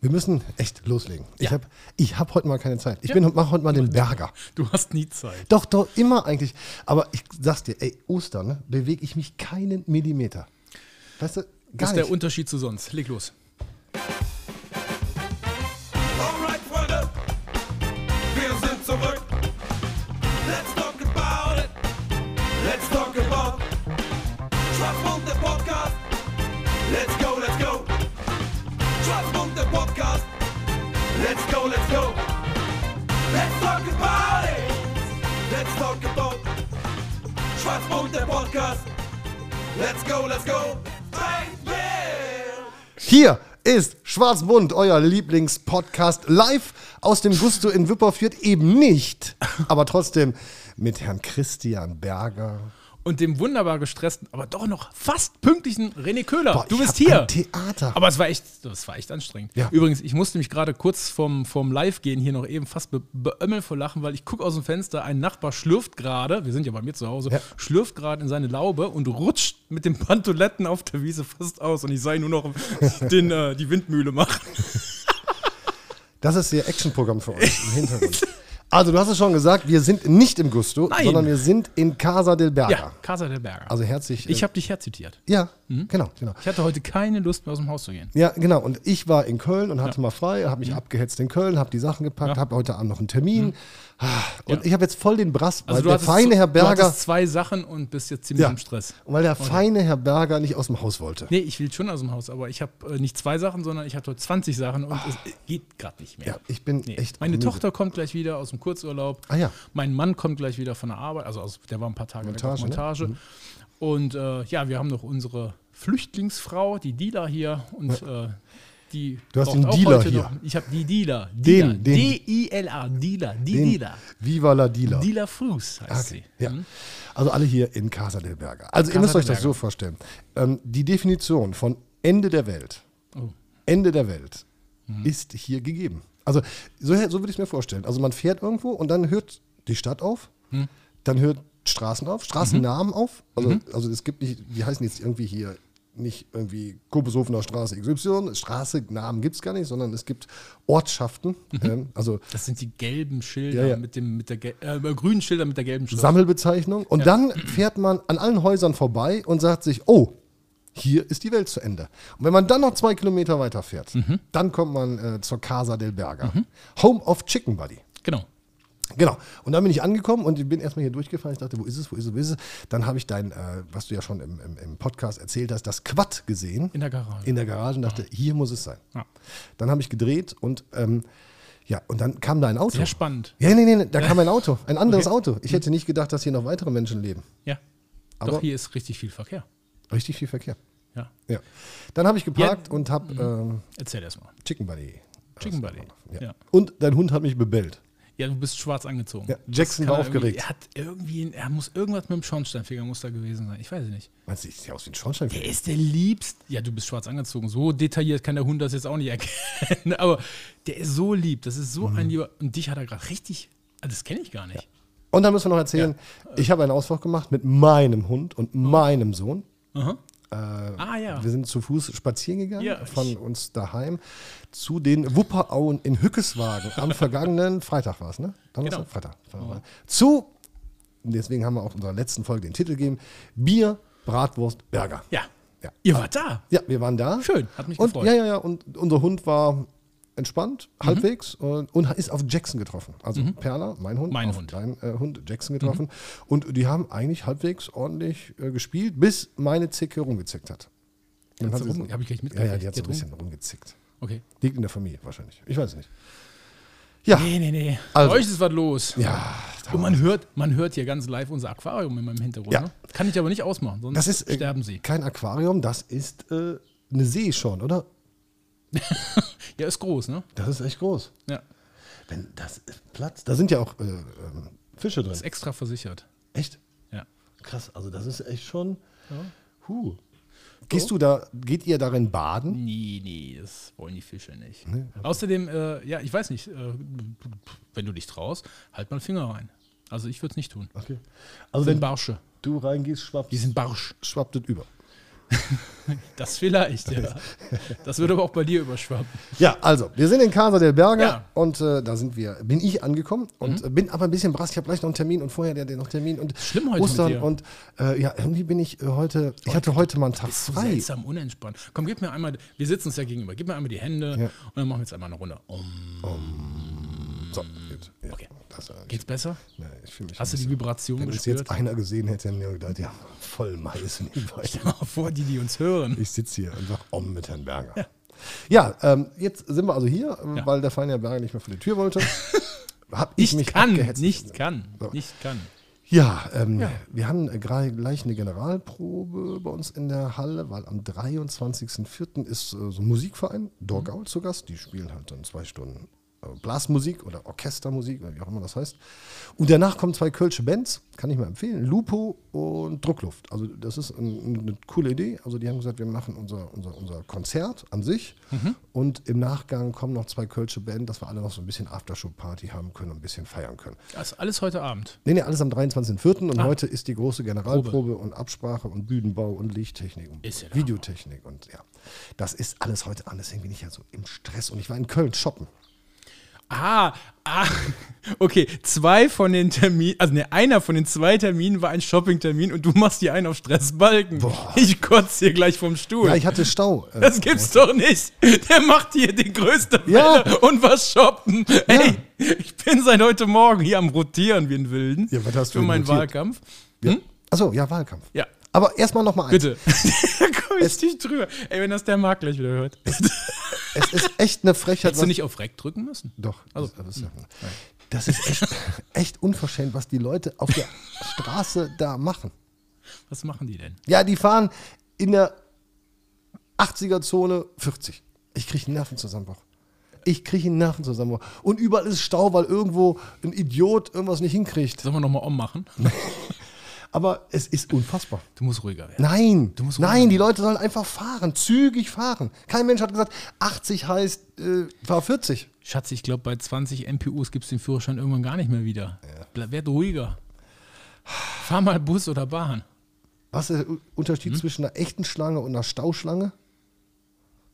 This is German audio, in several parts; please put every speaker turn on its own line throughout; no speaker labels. Wir müssen echt loslegen. Ich
Ja.
habe ich hab heute mal keine Zeit. Ich
Ja.
bin mache heute mal den Berger.
Du hast nie Zeit.
Doch, doch, immer eigentlich. Aber ich sag's dir, ey, Ostern, ne, bewege ich mich keinen Millimeter. Weißt du,
Das
gar
ist der
nicht.
Unterschied zu sonst. Leg los.
Alright, Freunde, wir sind zurück. Let's talk about it. Let's talk about Schwarzmund, der Podcast. Let's go, let's go. Schwarzmund, der Podcast. Let's go, let's go. Let's talk about it. Let's talk about Schwarzmund, der Podcast. Let's go, let's go. Baby!
Hier ist Schwarzbund, euer Lieblingspodcast live aus dem Gusto in Wipperfürth. Eben nicht, aber trotzdem mit Herrn Christian Berger.
Und dem wunderbar gestressten, aber doch noch fast pünktlichen René Köhler.
Boah,
du
ich
bist
hab
hier.
ein Theater.
Aber es war echt, das war echt anstrengend.
Ja.
Übrigens, ich musste mich gerade kurz vom, vom Live gehen hier noch eben fast be beömmelt vor Lachen, weil ich gucke aus dem Fenster, ein Nachbar schlürft gerade, wir sind ja bei mir zu Hause,
Ja.
schlürft gerade in seine Laube und rutscht mit den Pantoletten auf der Wiese fast aus und ich sei nur noch den, äh, die Windmühle machen.
Das ist ihr Actionprogramm für euch im Hintergrund. Also, du hast es schon gesagt, wir sind nicht im Gusto,
Nein.
sondern wir sind in Casa del Berger.
Ja, Casa del Berger.
Ah, Also herzlich.
ich habe dich herzitiert.
ja,
Mhm.
genau, genau.
Ich hatte heute keine Lust mehr aus dem Haus zu gehen.
Ja, genau. Und ich war in Köln und hatte mal frei, habe mich
Mhm.
abgehetzt in Köln, habe die Sachen gepackt, habe heute Abend noch einen Termin. Ah, Und ich habe jetzt voll den Brass, weil
Also du
der
hattest
feine
zu-
Herr
Du
Berger,
hattest zwei Sachen und bist jetzt ziemlich
ja,
im Stress.
und weil der feine Herr Berger nicht aus dem Haus wollte.
Nee, ich will schon aus dem Haus, aber ich habe äh, nicht zwei Sachen, sondern ich hatte 20 Sachen und es geht gerade nicht mehr.
Oh. Ja, ich bin
Nee.
echt.
Meine
müde.
Tochter kommt gleich wieder aus dem Kurzurlaub.
Ah ja.
Mein Mann kommt gleich wieder von der Arbeit, also aus, der war ein paar Tage weg auf
Montage, ne?
Montage. Und äh, ja, wir haben noch unsere Flüchtlingsfrau, die Dealer hier und äh, die
Du hast
braucht
den
auch
Dealer
heute
hier.
Noch, ich habe die Dealer. Dealer.
Den, den.
D-I-L-A, Dealer, die
Den
Dealer.
Viva la Dila. Ah,
Dealer Frus heißt
Okay,
sie.
Ja. Also alle hier in Casa del Berger. Also ihr
Mhm. Casa
müsst
del
euch das
Berger.
so vorstellen. Ähm, die Definition von Ende der Welt,
Oh.
Ende der Welt ist hier gegeben. Also so, so würde ich es mir vorstellen. Also man fährt irgendwo und dann hört die Stadt auf, dann hört Straßen auf, Straßennamen auf. Also, also es gibt nicht, die heißen jetzt irgendwie hier nicht irgendwie Kobeshofener Straße XY, Straßennamen gibt es gar nicht, sondern es gibt Ortschaften, ähm, also
Das sind die gelben Schilder
Ja, ja.
mit dem mit der gel- äh, grünen Schilder mit der gelben Schrift.
Sammelbezeichnung. Und dann fährt man an allen Häusern vorbei und sagt sich, oh, hier ist die Welt zu Ende. Und wenn man dann noch zwei Kilometer weiter fährt, dann kommt man äh, zur Casa del Berger. Home of Chicken Buddy.
Genau.
Genau. Und dann bin ich angekommen und ich bin erstmal hier durchgefahren. Ich dachte, wo ist es, wo ist es, wo ist es? Dann habe ich dein, äh, was du ja schon im, im, im Podcast erzählt hast, das Quad gesehen.
In der Garage.
In der Garage und dachte, hier muss es sein.
Ja.
Dann habe ich gedreht und ähm, ja, und dann kam da ein Auto.
Sehr spannend. Mhm.
Ja, nee, nee, nee, da kam ein Auto, ein anderes Auto. Ich hätte nicht gedacht, dass hier noch weitere Menschen leben.
Ja.
Aber-
Doch hier ist richtig viel Verkehr.
Richtig viel Verkehr.
Ja.
Ja. Dann habe ich geparkt und habe ähm,
Erzähl erst mal.
Chicken Buddy.
Mhm. Chicken Buddy.
Ja.
Ja.
Und dein Hund hat mich gebellt.
ja, du bist schwarz angezogen.
Ja, Jackson
Kann
war
er irgendwie-
aufgeregt.
Er hat irgendwie, er muss irgendwas mit dem Schornsteinfeger muss da gewesen sein. Ich weiß es nicht.
Meinst du, ich sehe aus wie ein Schornsteinfeger?
Er ist der liebst. Ja, du bist schwarz angezogen. So detailliert kann der Hund das jetzt auch nicht erkennen. Aber der ist so lieb. Das ist so
Mhm.
ein lieber. Und dich hat er gerade richtig. Ah, Das kenne ich gar nicht.
Und dann müssen wir noch erzählen, ich habe einen Ausflug gemacht mit meinem Hund und meinem Sohn.
Aha. ah Oh. ja.
äh, Wir sind zu Fuß spazieren gegangen
Ja,
von
ich-
uns daheim zu den Wupperauen in Hückeswagen am vergangenen Freitag war es, ne? Donnerstag,
Genau.
Freitag. Zu, deswegen haben wir auch unserer letzten Folge den Titel gegeben, Bier, Bratwurst, Burger.
Ja.
Ja.
Ihr wart da.
Ja, wir waren da.
Schön, hat mich
und,
gefreut. Mhm.
Ja, ja, ja. Und unser Hund war entspannt, halbwegs und, und ist auf Jackson getroffen. Also Perla, mein Hund,
Mein
auf
Hund. Mhm.
deinen äh, Hund Jackson getroffen. Und die haben eigentlich halbwegs ordentlich äh, gespielt, bis meine Zicke rumgezickt hat. Dann
Hat
hat
sie
sie
rum-
so-
hab ich gleich
ja,
mitgekriegt.
ja, die hat so ein
Die hat
bisschen rumgezickt.
Okay.
Liegt in der Familie wahrscheinlich. Ich weiß es nicht. Ja,
Nee, Oh nee, nee.
Also.
Bei euch ist was los.
ja.
Und man hört, man hört hier ganz live unser Aquarium in meinem Hintergrund.
Ja.
Ne? Kann ich aber nicht ausmachen, sonst
Das ist äh,
sterben sie.
kein Aquarium, das ist äh, eine See schon, oder?
Ja, ist groß, ne?
Das ist echt groß.
Ja.
Wenn das Platz, da sind ja auch äh, ähm, Fische drin.
Ist extra versichert.
Echt?
Ja.
Krass, also das ist echt schon. Huh. Gehst du da, geht ihr darin baden?
Nee, nee, das wollen die Fische nicht. Außerdem, äh, ja, ich weiß nicht, äh, wenn du dich traust, halt mal einen Finger rein. Also ich würde es nicht tun.
Okay. Also
Sind
wenn
Barsche.
du reingehst, schwappt,
Die sind barsch.
schwappt es über.
Das vielleicht, ja. Das würde aber auch bei dir überschwappen.
Ja, also, wir sind in Casa del Berger
Ja. Mhm.
und äh, da sind wir, bin ich angekommen und äh, bin aber ein bisschen brass. Ich habe gleich noch einen Termin und vorher der, der noch Termin und
Schlimm heute mit
Ostern
dir.
und äh, ja, irgendwie bin ich äh, heute, ich hatte heute mal einen Tag
So
frei.
seltsam unentspannt. Komm, gib mir einmal, wir sitzen uns ja gegenüber, gib mir einmal die Hände
Ja.
und dann machen wir jetzt einmal eine Runde. Um,
So, gut. Ja,
Okay.
das, äh, ich,
geht's besser?
nee, ich fühl mich
Hast du
ein
die
bisschen-
Vibration
Wenn es
gespürt?
jetzt einer gesehen hätte, hätten wir gedacht, ja, voll Mais nebenbei.
Vor die, die uns hören.
Ich sitze hier und sage Om mit Herrn Berger. Ja, ähm, jetzt sind wir also hier, äh,
Ja.
weil der feine Herr Berger nicht mehr vor die Tür wollte. Hab ich mich
Nicht kann,
abgehetzt.
nicht kann,
So.
nicht kann.
Ja, ähm, wir haben äh, gra- gleich eine Generalprobe bei uns in der Halle, weil am 23.04. ist äh, so ein Musikverein, Dorgaul zu Gast. Die spielen halt dann zwei Stunden äh, Blasmusik oder Orchestermusik oder wie auch immer das heißt. Und danach kommen zwei Kölsche Bands, kann ich mal empfehlen, Lupo und Druckluft. Also das ist ein, eine coole Idee. Also die haben gesagt, wir machen unser, unser, unser Konzert an sich und im Nachgang kommen noch zwei Kölsche Bands, dass wir alle noch so ein bisschen Aftershow-Party haben können und ein bisschen feiern können.
Das ist alles heute Abend.
Nee, nee, alles am 23.04.
Ah.
und heute ist die große Generalprobe und Absprache und Bühnenbau und Lichttechnik und
Ist ja der
Videotechnik und ja. Das ist alles heute an, deswegen bin ich ja so im Stress und ich war in Köln shoppen.
Ah, ah, okay. Zwei von den Terminen, also ne, einer von den zwei Terminen war ein Shopping-Termin und du machst dir einen auf Stressbalken. Ich kotze hier gleich vom Stuhl.
Ja, ich hatte Stau. äh,
das gibt's doch nicht. Der macht hier den größten
Ja.
Welle und was shoppen. Ey, ich bin seit heute Morgen hier am Rotieren wie ein Wilden.
Ja, was hast du
Für
denn
meinen
rotiert?
Wahlkampf.
Achso, ja, Wahlkampf.
Hm? Ja.
Aber erstmal nochmal eins.
Bitte. da komm ich nicht drüber. Ey, wenn das der Marc gleich wieder hört.
Es ist echt eine Frechheit.
Hättest du nicht auf Reck drücken müssen?
Doch,
Also,
das, das, ist ja- das ist echt, echt unverschämt, was die Leute auf der Straße da machen.
Was machen die denn?
Ja, die fahren in der 80er-Zone 40. Ich kriege einen Nervenzusammenbruch. Ich kriege einen Nervenzusammenbruch. Und überall ist Stau, weil irgendwo ein Idiot irgendwas nicht hinkriegt.
Sollen wir nochmal ummachen?
Aber es ist unfassbar.
Du musst ruhiger werden.
Nein,
musst
nein, die Leute sollen einfach fahren, zügig fahren. Kein Mensch hat gesagt, 80 heißt, äh, fahr 40.
Schatz, ich glaube, bei 20 MPUs gibt es den Führerschein irgendwann gar nicht mehr wieder. Bleib, werd ruhiger. Fahr mal Bus oder Bahn.
Was ist der U-
Hm?
Unterschied zwischen einer echten Schlange und einer Stauschlange?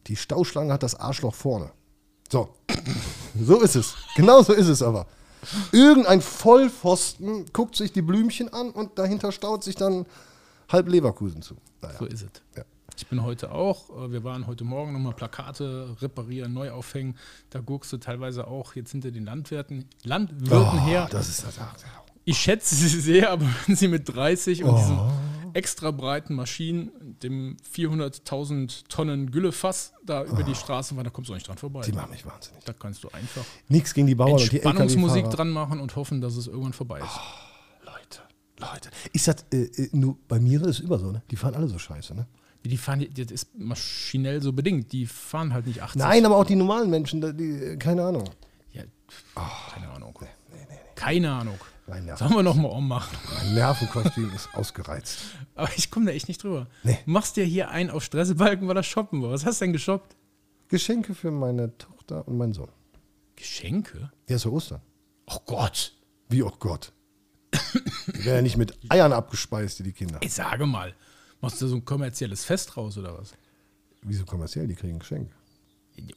Die Stauschlange hat das Arschloch vorne. So. So ist es. Genau so ist es aber. Irgendein Vollpfosten guckt sich die Blümchen an und dahinter staut sich dann halb Leverkusen zu. Naja.
So ist es.
Ja.
Ich bin heute auch, äh, wir waren heute Morgen nochmal Plakate reparieren, neu aufhängen. Da guckst du teilweise auch jetzt hinter den Landwirten, Landwirten
Oh,
her.
Das ist das.
Ich schätze sie sehr, aber wenn sie mit 30 und diesen
Oh.
extra breiten Maschinen, dem 400.000 Tonnen Güllefass da über
Oh.
die Straßen fahren, da kommst du auch nicht dran vorbei.
Die machen mich wahnsinnig.
Da kannst du einfach
Nichts gegen die Bauern und die
Entspannungsmusik
LKW-Fahrer.
dran machen und hoffen, dass es irgendwann vorbei ist.
Leute, Leute. Ist das, äh, äh, nur bei mir ist es immer so, ne? Die fahren alle so scheiße, ne?
Die fahren, das ist maschinell so bedingt, die fahren halt nicht 80.
Nein, aber auch die normalen Menschen, da- die, äh, keine Ahnung.
Ja, pf,
Oh.
keine Ahnung. Keine Ahnung.
Mein Nerv-
Sollen wir nochmal ummachen?
mein Nervenkostüm ist ausgereizt.
Aber ich komme da echt nicht drüber.
Nee.
Du machst dir hier einen auf Stressbalken, weil das shoppen war. Was hast du denn geshoppt?
Geschenke für meine Tochter und meinen Sohn.
Geschenke?
Ja, ist ja Ostern.
Oh Gott.
Wie, oh Gott. Die werden ja nicht mit Eiern abgespeist, die, die Kinder.
Ich sage mal, machst du da so ein kommerzielles Fest raus oder was?
Wieso kommerziell? Die kriegen ein Geschenk.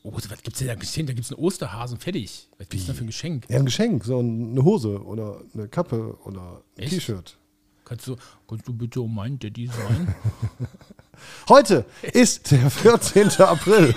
Oh, was gibt's denn da geschenkt? Da gibt's einen Osterhasen, fertig. Was gibt's da für ein Geschenk?
Ja, ein Geschenk, so eine Hose oder eine Kappe oder ein
Echt?
T-Shirt.
Kannst du, kannst du bitte um meinen Daddy sein?
Heute ist der 14. April.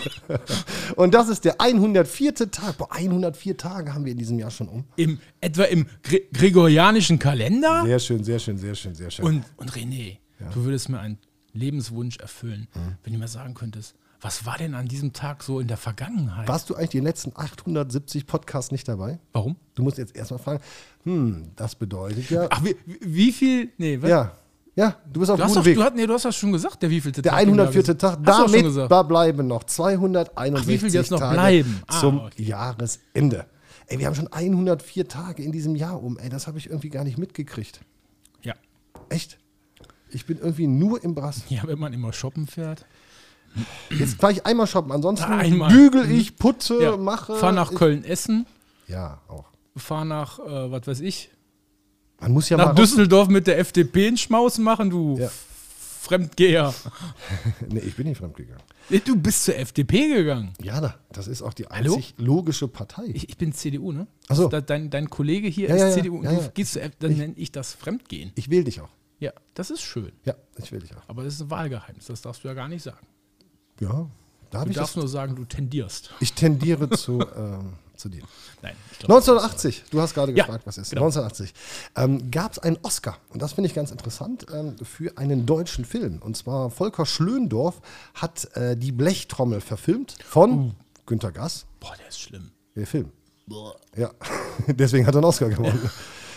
Und das ist der 104. Tag. Boah, 104 Tage haben wir in diesem Jahr schon um.
Im, etwa im Gre gregorianischen Kalender?
Sehr schön, sehr schön, sehr schön, sehr schön.
Und, und René, du würdest mir einen Lebenswunsch erfüllen,
Mhm.
wenn du mir sagen könntest, was war denn an diesem Tag so in der Vergangenheit?
Warst du eigentlich die letzten 870 Podcasts nicht dabei?
Warum?
Du musst jetzt erstmal fragen, hm, das bedeutet ja.
Ach, wie, wie viel? Nee, was?
Ja, ja, du bist auf
Du
dem
hast,
guten
doch,
Weg.
du, hast, nee, du hast das schon gesagt, der wievielte
Der
den du da
104.
gesagt-
Tag,
Hast du auch schon
damit
gesagt.
da bleiben noch 261
Ach, wie viel jetzt noch
Tage
bleiben? Ah,
zum
okay.
Jahresende. Ey, wir haben schon 104 Tage in diesem Jahr um. Ey, das habe ich irgendwie gar nicht mitgekriegt.
Ja.
Echt? Ich bin irgendwie nur im Brass.
ja, wenn man immer shoppen fährt.
Jetzt fahre ich einmal shoppen, ansonsten
Einmal. Hm.
bügel ich, putze,
Ja.
mache.
Fahr nach Köln-Essen,
Ja, auch.
fahr nach, äh, was weiß ich,
Man muss ja
nach
mal raus-
Düsseldorf mit der FDP einen Schmaus machen, du
Ja.
Fremdgeher.
Nee, ich bin nicht fremdgegangen.
Du bist zur FDP gegangen.
Ja, da- das ist auch die
Hallo?
einzig logische Partei.
Ich, ich bin CDU, ne?
Ach so.
Da, dein, dein Kollege hier
Ja,
ist
ja, ja,
CDU und
ja,
du
ja.
gehst zur FDP, dann nenne ich das Fremdgehen.
ich will dich auch.
Ja, das ist schön.
Ja, ich will dich auch.
Aber das ist ein Wahlgeheimnis, das darfst du ja gar nicht sagen.
Ja, da
Du
habe ich
darfst
das.
nur sagen, du tendierst.
Ich tendiere zu, ähm, zu dir.
Nein, ich glaube.
1980, du hast gerade
Ja,
gefragt, was ist.
genau.
1980 ähm, gab es einen Oscar, und das finde ich ganz interessant, ähm, für einen deutschen Film. Und zwar Volker Schlöndorf hat äh, die Blechtrommel verfilmt von Günter Gass,
Boah, der ist schlimm.
der Film. Ja, deswegen hat er einen Oscar gewonnen.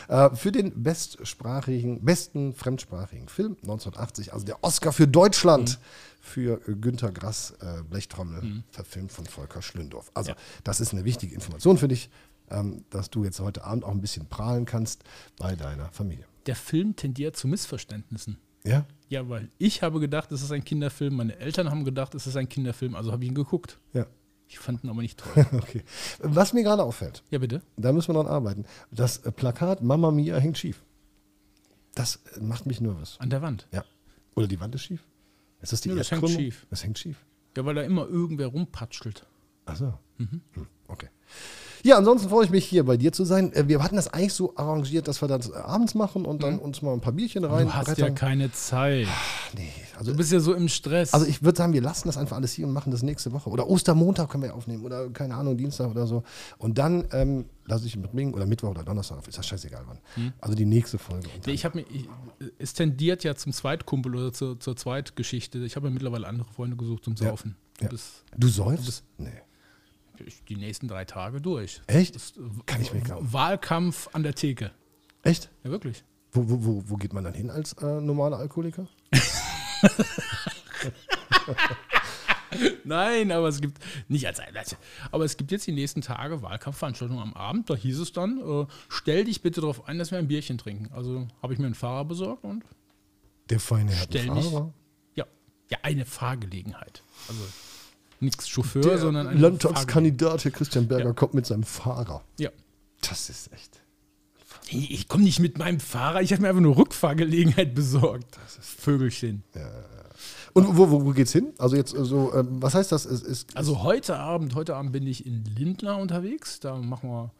Äh, Für den bestsprachigen, besten fremdsprachigen Film 1980, also der Oscar für Deutschland, für Günter Grass äh, Blechtrommel, verfilmt von Volker Schlöndorff. Also,
Ja.
das ist eine wichtige Information für dich, ähm, dass du jetzt heute Abend auch ein bisschen prahlen kannst bei deiner Familie.
Der Film tendiert zu Missverständnissen.
Ja?
Ja, weil ich habe gedacht, es ist ein Kinderfilm, meine Eltern haben gedacht, es ist ein Kinderfilm, also habe ich ihn geguckt.
Ja.
Ich fand ihn aber nicht toll.
Okay. Was mir gerade auffällt,
Ja, bitte?
da müssen wir dran arbeiten. Das äh, Plakat Mama Mia hängt schief. Das äh, macht mich nervös.
An der Wand.
Ja. Oder die Wand ist schief? Ist das die
Nö, das hängt
Erdkrümmung?
schief.
Das hängt schief.
Ja, weil da immer irgendwer rumpatschelt.
Achso.
Mhm.
Hm, okay. Ja, ansonsten freue ich mich, hier bei dir zu sein. Äh, Wir hatten das eigentlich so arrangiert, dass wir das äh, abends machen und dann uns mal ein paar Bierchen rein.
Mhm. Du hast ja keine Zeit.
nee,
Du
also,
bist ja so im Stress.
also ich würde sagen, wir lassen das einfach alles hier und machen das nächste Woche. Oder Ostermontag können wir aufnehmen oder keine Ahnung, Dienstag oder so. Und dann ähm, lasse ich mitbringen oder Mittwoch oder Donnerstag auf. Ist das scheißegal wann. Also die nächste Folge. Und
Nee,
dann-
Mhm. ich habe mir, ich, es tendiert ja zum Zweitkumpel oder zur, zur Zweitgeschichte. Ich habe mir mittlerweile andere Freunde gesucht zum Saufen.
ja.
Bis
du sollst? Nee.
ich- die nächsten drei Tage durch.
Echt?
Das, äh,
Kann ich mir glauben.
Wahlkampf an der Theke.
Echt?
Ja, wirklich.
Wo, wo, wo, wo geht man dann hin als äh, normaler Alkoholiker?
Nein, aber es gibt nicht als als- Aber es gibt jetzt die nächsten Tage Wahlkampfveranstaltungen am Abend. Da hieß es dann, äh, stell dich bitte darauf ein, dass wir ein Bierchen trinken. Also habe ich mir einen Fahrer besorgt und
Der feine Herr
Stell mich- ja, ja eine Fahrgelegenheit. Also nichts Chauffeur,
Der
sondern eine Fahrgelegenheit.
Landtagskandidat, Herr Christian Berger, kommt mit seinem Fahrer.
Ja.
Das ist echt.
Ich, ich komme nicht mit meinem Fahrer, ich habe mir einfach nur Rückfahrgelegenheit besorgt. Vögelchen.
Und wo, wo, wo geht's hin? Also jetzt äh, so, ähm, was heißt das? Es ist
Also heute Abend, heute Abend bin ich in Lindlar unterwegs. Da machen wir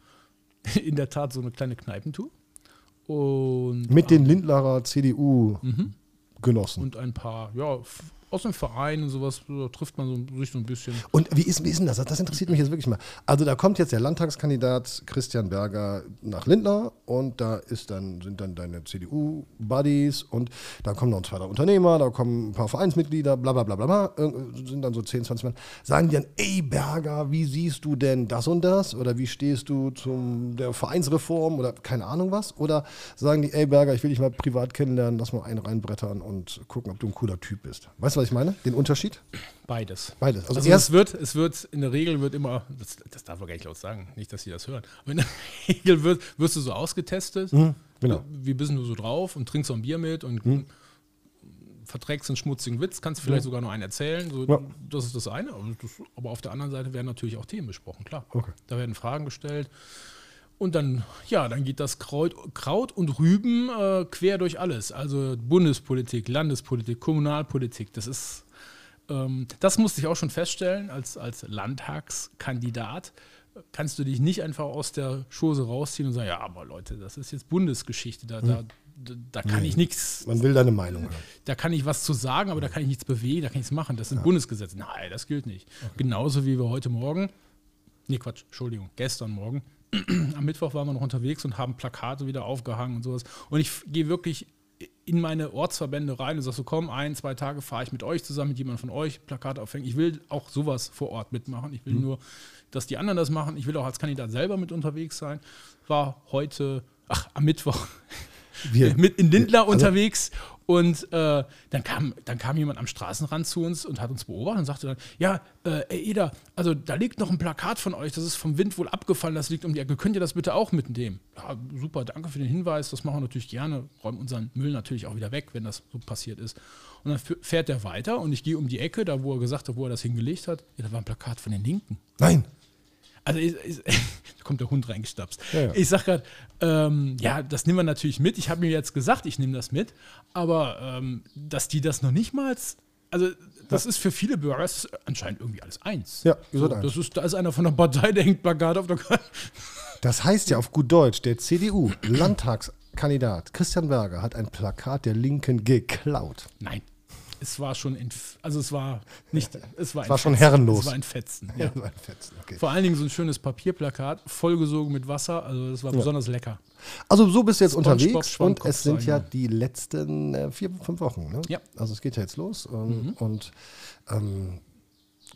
in der Tat so eine kleine Kneipentour. Und,
mit den Lindlarer
Mhm.
CDU-Genossen.
und ein paar, ja, f- aus dem Verein und sowas, da trifft man so, sich so ein bisschen.
Und wie ist, wie ist denn das? Das interessiert mich jetzt wirklich mal. Also da kommt jetzt der Landtagskandidat Christian Berger nach Lindner und da ist dann, sind dann deine CDU-Buddies und da kommen noch ein paar Unternehmer, da kommen ein paar Vereinsmitglieder, bla bla bla bla bla, Irgend- sind dann so 10, 20 Mann. Sagen die dann, ey Berger, wie siehst du denn das und das? Oder wie stehst du zum der Vereinsreform oder keine Ahnung was? Oder sagen die, ey Berger, ich will dich mal privat kennenlernen, lass mal einen reinbrettern und gucken, ob du ein cooler Typ bist. Weißt du, was ich meine? Den Unterschied?
Beides.
Beides. Also
Also,
erst-
es wird, es wird, in der Regel wird immer, das, das darf man gar nicht laut sagen, nicht, dass sie das hören, aber in der Regel wird, wirst du so ausgetestet,
genau. Mhm.
wie bist denn du so drauf und trinkst so ein Bier mit und verträgst einen schmutzigen Witz, kannst vielleicht sogar nur einen erzählen, so,
Ja.
das ist das eine, aber, das, aber auf der anderen Seite werden natürlich auch Themen besprochen, klar.
Okay.
Da werden Fragen gestellt und dann, ja, dann geht das Kraut, Kraut und Rüben äh, quer durch alles, also Bundespolitik, Landespolitik, Kommunalpolitik, das ist ähm, das musste ich auch schon feststellen, als, als Landtagskandidat äh, kannst du dich nicht einfach aus der Chose rausziehen und sagen, ja, aber Leute, das ist jetzt Bundesgeschichte, da, da, da, da kann ich nichts,
Man will deine Meinung hören.
da kann ich was zu sagen, aber da kann ich nichts bewegen, da kann ich nichts machen, das sind Bundesgesetze. Nein, das gilt nicht. Genauso wie wir heute Morgen, nee, Quatsch, Entschuldigung, gestern Morgen, am Mittwoch waren wir noch unterwegs und haben Plakate wieder aufgehangen und sowas. Und ich f- gehe wirklich in meine Ortsverbände rein und sage so, komm, ein, zwei Tage fahre ich mit euch zusammen, mit jemandem von euch, Plakate aufhängen. Ich will auch sowas vor Ort mitmachen. Ich will
Mhm.
nur, dass die anderen das machen. Ich will auch als Kandidat selber mit unterwegs sein. War heute, ach, am Mittwoch
Wir-
mit in Lindlar
also-
unterwegs. Und äh, dann, kam, dann kam jemand am Straßenrand zu uns und hat uns beobachtet und sagte dann, ja, äh, ey Eda, also da liegt noch ein Plakat von euch, das ist vom Wind wohl abgefallen, das liegt um die Ecke. Könnt ihr das bitte auch mitnehmen? Ja, super, danke für den Hinweis, das machen wir natürlich gerne, räumen unseren Müll natürlich auch wieder weg, wenn das so passiert ist. Und dann fü- fährt er weiter und ich gehe um die Ecke, da wo er gesagt hat, wo er das hingelegt hat, ja, da war ein Plakat von den Linken.
Nein.
Also ich, ich, kommt der Hund reingestapst.
Ja, ja.
Ich sag gerade, ähm, ja, das nehmen wir natürlich mit. Ich habe mir jetzt gesagt, ich nehme das mit, aber ähm, dass die das noch nicht mal, also das ist für viele Bürgers anscheinend irgendwie alles eins.
Ja, ihr
so,
seid eins.
das ist, da ist einer von der Partei, der hängt Plakat auf der Karte.
Das heißt ja auf gut Deutsch, der CDU-Landtagskandidat Christian Berger hat ein Plakat der Linken geklaut.
Nein. Es war schon, in, also es war nicht, es war, ein
war schon
Fetzen.
herrenlos.
Es war ein Fetzen. Ja.
So ein Fetzen, okay.
Vor allen Dingen so ein schönes Papierplakat, vollgesogen mit Wasser. Also das war besonders lecker.
Also so bist du jetzt
SpongeBob
unterwegs und
Schwammkopf,
es sind
sag ich
ja
mal.
die letzten äh, vier, fünf Wochen. Ne?
Ja. Mhm.
Also es geht ja jetzt los ähm, und ähm,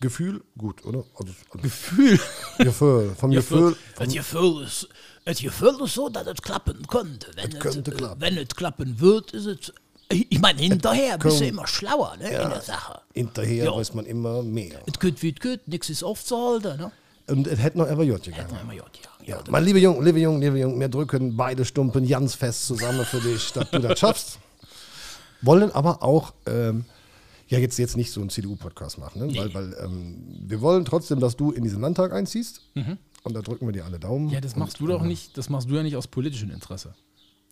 Gefühl, gut, oder? Also, also,
Gefühl.
Gefühl, vom Gefühl, vom,
Het gevoel is, het gevoel is zo dat het klappen könnte. Wenn het,
könnte
eh,
äh,
klappen.
Wenn het klappen wird, is het. Ik meine, hinterher bist du
kan-
immer schlauer ne, in der Sache.
hinterher
Ja.
weiß man immer mehr.
Het kunt wie het kunt, niks is aufzuhalten. Ne?
Und es hätte noch ever J gegangen.
Ja, maar ja, ja, ja.
Ja, mein lieber Jung, lieber Jung, lieber Jung, wir drücken beide Stumpen ganz fest zusammen für dich, dass du das schaffst. Wollen aber auch ähm, ja jetzt, jetzt nicht so einen CDU-Podcast machen, ne? weil, weil ähm, wir wollen trotzdem, dass du in diesen Landtag einziehst und da drücken wir dir alle Daumen.
Mhm. Ja, das machst du doch nicht, das machst du ja nicht aus politischem Interesse.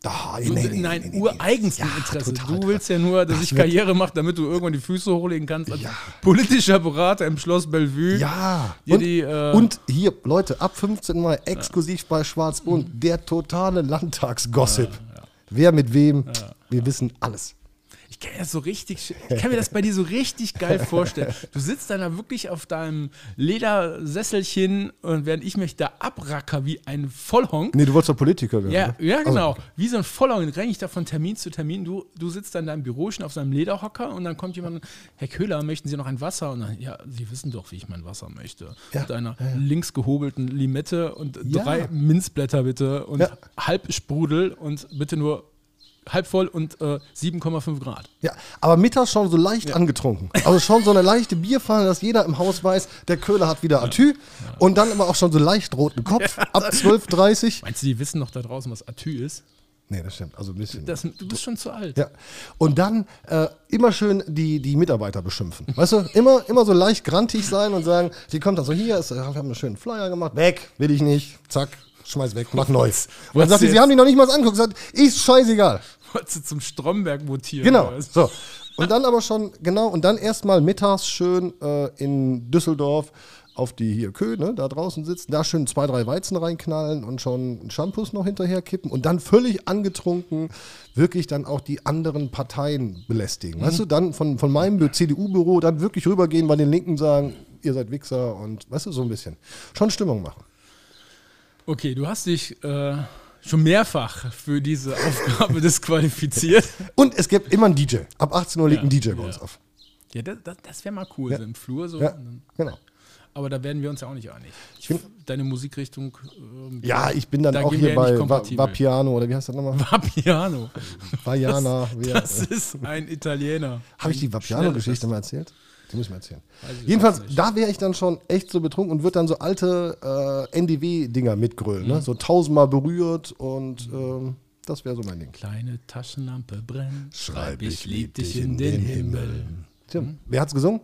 Ah, nee,
Du,
nee, nee,
nein,
nee, nee,
ureigenstem
Ja,
Interesse.
total,
du willst ja nur, dass ich Karriere mache, damit du irgendwann die Füße hochlegen kannst als politischer Berater im Schloss Bellevue.
Ja,
Dir
und,
die, äh,
und hier, Leute, ab 15 Mai exklusiv bei Schwarzbund
Mhm.
der totale Landtagsgossip. Wer mit wem, wir wissen alles.
Ich kann, mir das so richtig, ich kann mir das bei dir so richtig geil vorstellen. Du sitzt dann da wirklich auf deinem Ledersesselchen und während ich mich da abracker wie ein Vollhonk.
Nee, du wolltest doch Politiker werden.
Ja,
ne?
ja,
Also,
genau. Wie so ein Vollhonk renne ich da von Termin zu Termin. Du, du sitzt dann da im Bürochen auf seinem Lederhocker und dann kommt jemand, und, Herr Köhler, möchten Sie noch ein Wasser? Und dann, ja, Sie wissen doch, wie ich mein Wasser möchte.
Ja,
Mit einer links gehobelten Limette und
Ja.
drei Minzblätter bitte und
Ja.
halb Sprudel und bitte nur halb voll und äh, 7,5 Grad.
Ja, aber mittags schon so leicht angetrunken. Also schon so eine leichte Bierfahne, dass jeder im Haus weiß, der Köhler hat wieder Atü. Und dann immer auch schon so leicht roten Kopf. Ab 12.30 Uhr.
Meinst du, die wissen noch da draußen, was Atü ist?
Nee, das stimmt. Also ein bisschen.
Das, du bist schon zu alt.
ja. Und dann äh, immer schön die, die Mitarbeiter beschimpfen. Weißt du, immer, immer so leicht grantig sein und sagen, die kommt dann so hier, ist, wir haben einen schönen Flyer gemacht, weg, will ich nicht, zack, schmeiß weg, mach neues. Und dann
Was
sagt sie,
jetzt?
sie haben die noch nicht mal angeguckt, sagt, ist scheißegal.
Wolltest du zum Stromberg mutieren?
Genau.
oder was?
So. Und dann aber schon, genau, und dann erstmal mittags schön äh, in Düsseldorf auf die hier Kö, ne, da draußen sitzen, da schön zwei, drei Weizen reinknallen und schon einen Shampoos noch hinterher kippen und dann völlig angetrunken wirklich dann auch die anderen Parteien belästigen. Weißt du, dann von, von meinem Bü- CDU-Büro dann wirklich rübergehen, bei den Linken sagen, ihr seid Wichser und, weißt du, so ein bisschen. Schon Stimmung machen.
Okay, du hast dich äh, schon mehrfach für diese Aufgabe disqualifiziert.
Und es gibt immer einen DJ. Ab 18 Uhr liegt ein DJ bei uns auf.
Ja, das, das, das wäre mal cool, so im Flur so.
Ja, genau.
Aber da werden wir uns ja auch nicht einig. Ich, deine Musikrichtung ähm,
Ja, ich bin dann
Da
auch
gehen wir
hier
ja nicht
bei Va-
kompatibel.
Vapiano oder wie heißt das nochmal?
Vapiano.
Vajana.
Das ist ein Italiener.
Habe ich die Vapiano-Geschichte mal erzählt? Die muss ich mal erzählen. Jedenfalls, da wäre ich dann schon echt so betrunken und würde dann so alte äh, NDW-Dinger mitgrölen.
Mhm.
Ne? So tausendmal berührt und ähm, das wäre so mein Ding.
Kleine Taschenlampe brennt, schreib ich lieb dich in den Himmel. Hm?
Tja, Wer hat's gesungen?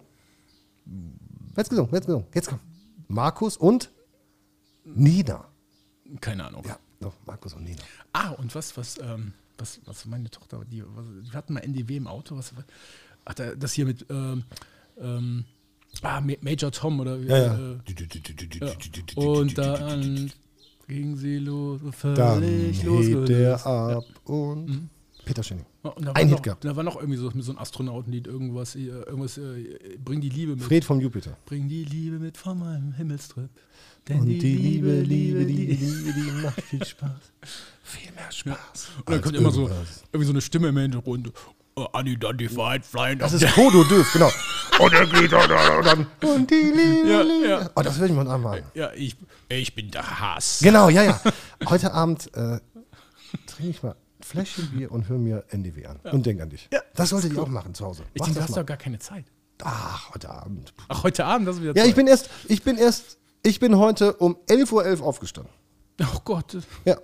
Wer hat's gesungen? Wer hat's gesungen? Jetzt komm. Markus und Nina.
Keine Ahnung.
Ja, doch, Markus und Nina.
Ah, und was, was, ähm, was, was meine Tochter, die, was, wir hatten mal NDW im Auto, was, was ach, da- das hier mit, ähm, ähm, ah, Ma- Major Tom oder,
Ja, ja.
Äh, ja. und dann ging sie los,
Dann
völlig
hebt
losgelöst. Mhm.
er ab und Peter Schenning.
Und da war
einen
noch,
Hit gehabt.
Da war noch irgendwie so, so ein Astronautenlied, irgendwas, äh, irgendwas, äh, bring die Liebe mit.
Fred vom Jupiter.
Bring die Liebe mit von meinem Himmelstrip. Denn
Und die Liebe, Liebe, Liebe, Liebe, die macht viel Spaß. Viel mehr Spaß.
Und dann kommt immer so, irgendwie so eine Stimme im Hintergrund. Uh, unidentified flying
Das ist Kodo Döf, genau. Und er geht dann, dann, dann. Und die Liebe.
Ja,
Liebe.
ja.
Oh, das höre ich mal einmal an.
Ja, ich, ich bin der Hass.
Genau, ja, ja. Heute Abend äh, trinke ich mal ein Fläschchen Bier und höre mir NDW an. Und denke an dich. das solltet ihr auch machen zu Hause.
Ich
Mach
denke, du
das
hast
mal.
doch gar keine Zeit.
Ach, heute Abend.
Ach, heute Abend, das ist wieder
Ja,
toll.
ich bin erst, ich bin erst, ich bin heute um 11.11 Uhr aufgestanden.
Oh Gott. da
Ja.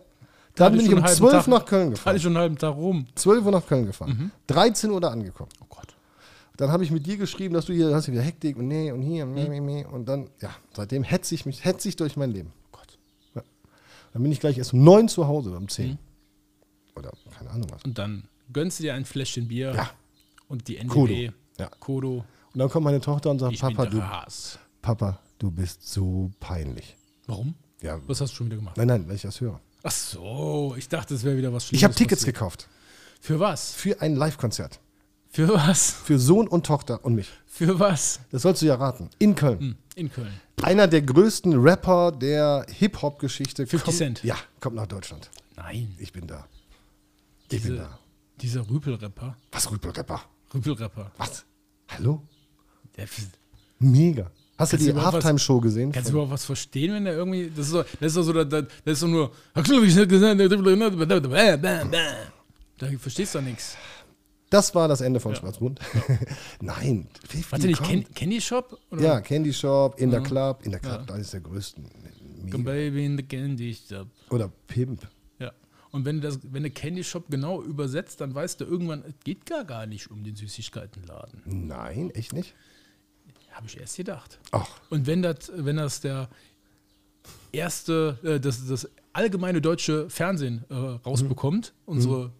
Dann
hatte
bin ich
schon
um
einen halben
12
Tag-
nach Köln
Da hatte
gefahren.
ich schon einen halben Tag rum.
12 Uhr nach Köln gefahren.
Mhm.
13 Uhr da angekommen.
Oh Gott.
Dann habe ich mit dir geschrieben, dass du hier hast du wieder Hektik
Mhm.
und nee und hier und nee, nee, nee. Und dann, ja, seitdem hetze ich mich, hetze ich durch mein Leben.
Oh Gott. Mhm.
Ja. Dann bin ich gleich erst um neun zu Hause oder um zehn. Oder keine Ahnung was.
Und dann gönnst du dir ein Fläschchen Bier
Ja.
und die
Kodo.
NDB,
Ja.
Kodo,
Und dann kommt meine Tochter und sagt,
ich Papa,
Papa
bin
du,
der Haas.
Papa, du bist so peinlich.
Warum?
Ja.
Was hast du schon wieder gemacht?
Nein, nein, weil ich das höre.
Ach so, ich dachte, es wäre wieder was Schlimmes.
Ich habe Tickets
passiert.
gekauft
Für was?
für ein Live-Konzert.
Für was?
Für Sohn und Tochter und mich.
Für was?
Das sollst du ja raten. In Köln.
Hm, In Köln.
Einer der größten Rapper der Hip-Hop-Geschichte.
50
kommt-
Cent.
Ja, kommt nach Deutschland.
Nein.
Ich bin da. Ich bin
Diese,
da.
dieser Rüpelrapper.
Was, Rüpel-Rapper?
Rüpelrapper.
Was? Hallo?
Der,
Mega. Hast du
Kannst du
die
überhaupt was-
Halftime-Show gesehen?
kannst du
Von-
überhaupt was verstehen, wenn der irgendwie. Das ist so, das ist doch so, da- da- das ist so nur. ne, Da verstehst du doch nichts.
das war das Ende von Schwarzmund. Nein. 50
Warte, nicht
kommt.
Can- Candy Mhm. Shop? Oder?
Ja, Candy Shop, in der Club. In der Club, eines der größten. Mega.
Come Baby in the Candy Shop.
Oder Pimp.
Ja. Und wenn du, das, wenn du Candy Shop genau übersetzt, dann weißt du irgendwann, es geht gar, gar nicht um den Süßigkeitenladen.
Nein, echt nicht?
Habe ich erst gedacht.
Ach,
Und wenn das, wenn das der erste, äh, das, das allgemeine deutsche Fernsehen äh, rausbekommt, unsere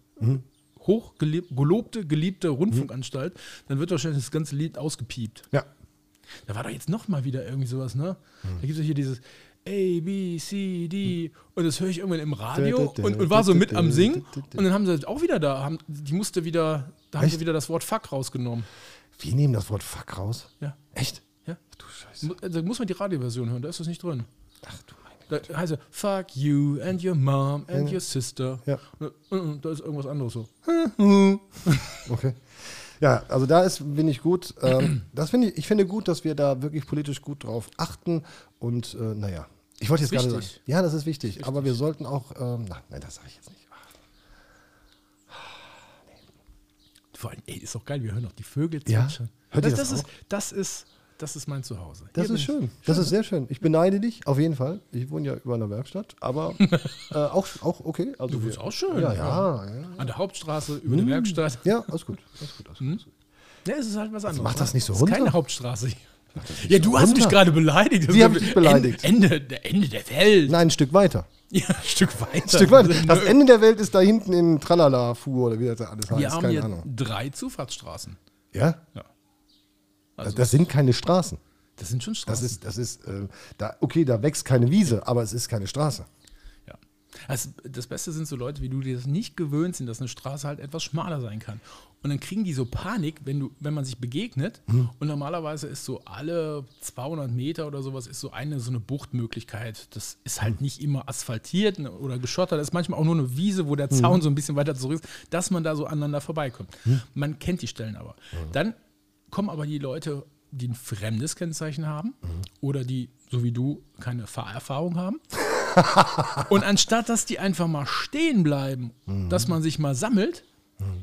hochgelobte, geliebte Rundfunkanstalt, dann wird wahrscheinlich das ganze Lied ausgepiept.
ja.
Da war doch jetzt noch mal wieder irgendwie sowas, ne?
Hm.
Da gibt es doch hier dieses A, B, C, D und das höre ich irgendwann im Radio und, und war so mit am Singen und dann haben sie das auch wieder da, haben, die musste wieder, da haben sie
Echt?
wieder das Wort Fuck rausgenommen.
Wir nehmen das Wort Fuck raus.
Ja.
Echt?
Ja.
Du Scheiße.
Mu- Da muss man die Radioversion hören, da ist das nicht drin.
Ach du mein Gott.
Da heißt er, fuck you and your mom and your sister.
Ja.
Und, und da ist irgendwas anderes so.
Okay. Ja, also da ist, bin ich gut. Ähm, das finde ich, ich finde gut, dass wir da wirklich politisch gut drauf achten. Und äh, naja, ich wollte jetzt gerade sagen.
Wichtig.
Ja, das ist wichtig. Aber wir sollten auch, ähm, na, nein, das sage ich jetzt nicht.
Vor allem, ey, ist doch geil, wir hören auch die Vögel
Ja?
zwitschern.
Hört ihr
das,
das
das, ist, das ist das ist mein Zuhause.
Das
Hier
ist
bin
schön. Das ist sehr schön. Ich beneide dich, auf jeden Fall. Ich wohne ja über einer Werkstatt, aber äh, auch, auch okay. Also
Ich. Das ist
wir-
auch schön.
Ja, ja, ja.
An der Hauptstraße, über der Werkstatt.
Ja, alles gut. Alles gut, alles gut.
Ne, Hm. es ist halt was anderes.
macht das
ne?
nicht so
Es ist keine
runter?
Hauptstraße. hier. Ja, du hast mich
runter?
gerade beleidigt. Das
Sie
ist
haben
doch
dich beleidigt.
Ende, der Ende der Welt.
Nein, ein Stück weiter.
Ja, ein Stück weiter.
Ein Stück weiter. Das Ende der Welt ist da hinten in Tralala-Fuhr oder wie das alles heißt.
Wir haben
Keine
hier
Ahnung.
drei Zufahrtsstraßen.
Ja?
Ja.
Also das sind keine Straßen.
Das sind schon
Das
Straßen.
ist, das ist, äh, da, okay, da wächst keine Wiese, aber es ist keine Straße.
Ja. Also das Beste sind so Leute, wie du, die das nicht gewöhnt sind, dass eine Straße halt etwas schmaler sein kann. Und dann kriegen die so Panik, wenn, du, wenn man sich begegnet. Und normalerweise ist so alle 200 Meter oder sowas ist so eine so eine Buchtmöglichkeit. Das ist halt nicht immer asphaltiert ne, oder geschottert. Das ist manchmal auch nur eine Wiese, wo der Zaun so ein bisschen weiter zurück ist, dass man da so aneinander vorbeikommt. Man kennt die Stellen aber. Dann kommen aber die Leute, die ein fremdes Kennzeichen haben oder die, so wie du, keine Fahrerfahrung haben. Und anstatt, dass die einfach mal stehen bleiben,
Mhm.
dass man sich mal sammelt,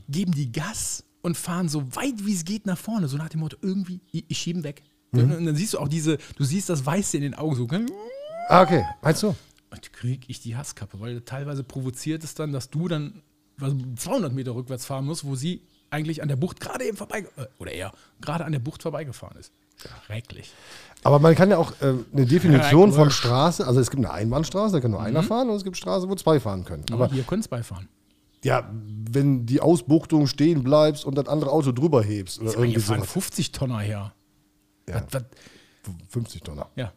geben die Gas und fahren so weit wie es geht nach vorne. So nach dem Motto, irgendwie, ich, ich schieben weg.
Mhm.
Und dann siehst du auch diese, du siehst das Weiße in den Augen so. gell?
Ah, okay. Meinst du?
Und krieg ich die Hasskappe, weil teilweise provoziert es dann, dass du dann also 200 Meter rückwärts fahren musst, wo sie eigentlich an der Bucht gerade eben vorbei, äh, oder er, gerade an der Bucht vorbeigefahren ist. Schrecklich.
Aber man kann ja auch äh, eine Definition von
Wurscht.
Straße, also es gibt eine Einbahnstraße, da kann nur einer fahren und es gibt Straße, wo zwei fahren können.
Aber
Aber
hier können es beifahren.
ja, wenn die Ausbuchtung stehen bleibst und das andere Auto drüber hebst oder
Aber
irgendwie
hier fahren
sowas.
50 Tonner her.
Ja,
Was,
50 Dollar.
Ja.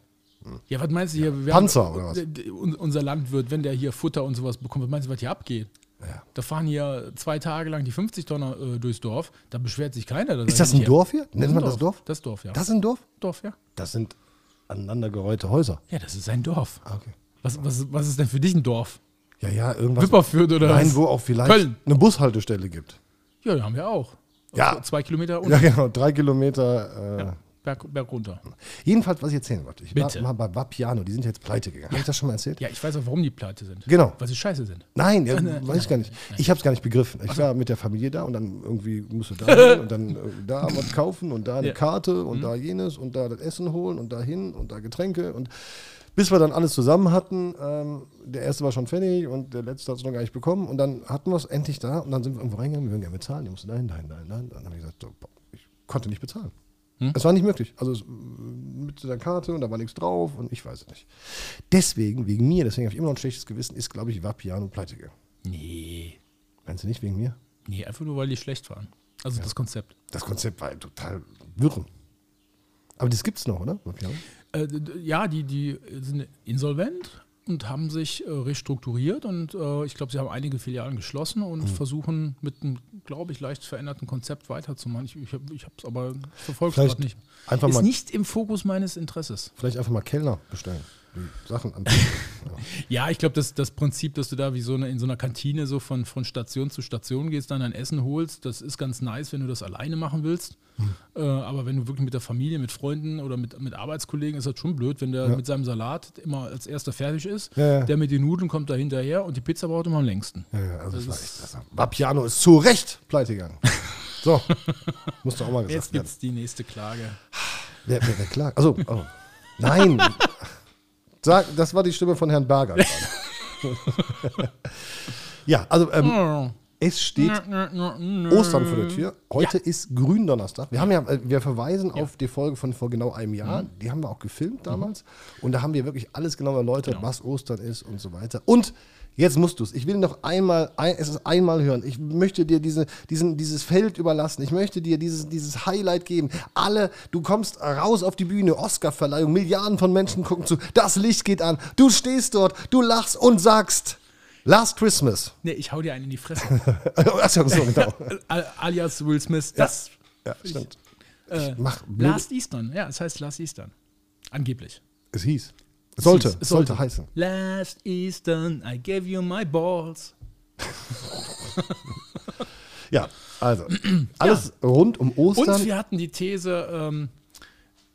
Ja, was meinst du hier? wir
Hm. Panzer
haben,
oder was?
d- d- un- Unser Landwirt, wenn der hier Futter und sowas bekommt, was meinst du, was hier abgeht?
Ja.
Da fahren hier zwei Tage lang die 50 Tonner äh, durchs Dorf, da beschwert sich keiner.
Ist das ein Dorf hier? Nennt man das Dorf?
Das Dorf, ja.
Das ist ein Dorf?
Dorf, ja.
Das sind aneinandergereihte Häuser.
Ja, das ist ein Dorf.
Ah, okay.
Was, was, was ist denn für dich ein Dorf?
Ja, ja, irgendwas.
Wipperfürth oder
Nein,
was?
wo auch vielleicht
Köln.
eine Bushaltestelle gibt.
Ja, da haben wir auch.
Ja.
Zwei Kilometer unten,
Ja, genau, drei Kilometer. Äh,
Berg, Berg runter.
Jedenfalls, was ich erzählen wollte. Ich
Bitte.
war mal bei Vapiano, die sind jetzt pleite gegangen. Habe ich das schon mal erzählt?
Ja, ich weiß auch, warum die pleite sind.
Genau.
Weil sie scheiße sind.
Nein, ja, weiß ich gar nicht. Ich habe es gar nicht begriffen. Ich war mit der Familie da und dann irgendwie musst du da hin und dann äh, da was kaufen und da eine
Ja. Mhm.
Karte und da jenes und da das Essen holen und da hin und da Getränke und bis wir dann alles zusammen hatten, ähm, der erste war schon fertig und der letzte hat es noch gar nicht bekommen und dann hatten wir es endlich da und dann sind wir irgendwo reingegangen, wir würden gerne bezahlen, die mussten dahin, dahin, dahin, dahin. Und dann habe ich gesagt, so, boah, ich konnte nicht bezahlen.
Hm?
Es war nicht möglich. Also es, äh, mit der Karte und da war nichts drauf und ich weiß es nicht. Deswegen, wegen mir, deswegen habe ich immer noch ein schlechtes Gewissen, ist, glaube ich, Vapiano pleite gegangen.
Nee.
Meinst du nicht wegen mir?
Nee, einfach nur, weil die schlecht waren. Also das Konzept.
Das Konzept war total wirren. Aber das gibt's noch, oder? Vapiano?
Äh, d- d- ja, die, die sind insolvent und haben sich äh, restrukturiert und äh, ich glaube, sie haben einige Filialen geschlossen und
Mhm.
versuchen mit einem, glaube ich, leicht veränderten Konzept weiterzumachen. Ich, ich habe es aber verfolgt
Vielleicht
gerade nicht.
einfach
Ist
mal-
nicht im Fokus meines Interesses.
Vielleicht einfach mal Kellner bestellen. Die Sachen an.
Ja, ich glaube, das, das Prinzip, dass du da wie so eine, in so einer Kantine so von, von Station zu Station gehst, dann dein Essen holst, das ist ganz nice, wenn du das alleine machen willst.
Hm.
Äh, aber wenn du wirklich mit der Familie, mit Freunden oder mit, mit Arbeitskollegen, ist das schon blöd, wenn der mit seinem Salat immer als erster fertig ist.
Ja, ja.
Der mit den Nudeln kommt da hinterher und die Pizza braucht immer am längsten.
ja, ja, also das war echt, also Vapiano ist zu Recht pleite gegangen. So, musst du auch mal gesagt
Jetzt
werden.
gibt's die nächste Klage.
Wer, wer, wer klagt? Also, oh. nein. Sag, das war die Stimme von Herrn Berger. gerade. ja, also ähm, es steht Ostern vor der Tür. Heute ist Gründonnerstag. Wir haben ja, äh, wir verweisen auf die Folge von vor genau einem Jahr. Die haben wir auch gefilmt damals. Und da haben wir wirklich alles Mhm. genau erläutert, was Ostern ist und so weiter. Und jetzt musst du es. Ich will noch einmal, ein, es ist einmal hören. Ich möchte dir diese, diesen, dieses Feld überlassen. Ich möchte dir dieses, dieses Highlight geben. Alle, du kommst raus auf die Bühne, Oscarverleihung, Milliarden von Menschen gucken zu. Das Licht geht an. Du stehst dort, du lachst und sagst Last Christmas.
Nee, ich hau dir einen in die Fresse.
Achso, so, genau.
Al- Alias Will Smith. Das
Ja, stimmt.
äh,
mach blöde-
Last Eastern. Ja, es heißt Last Eastern. Angeblich.
Es hieß. Es sollte,
hieß, es
sollte,
sollte.
heißen.
Last Eastern, I gave you my balls.
Ja, also. Alles rund um Ostern.
Und wir hatten die These, ähm,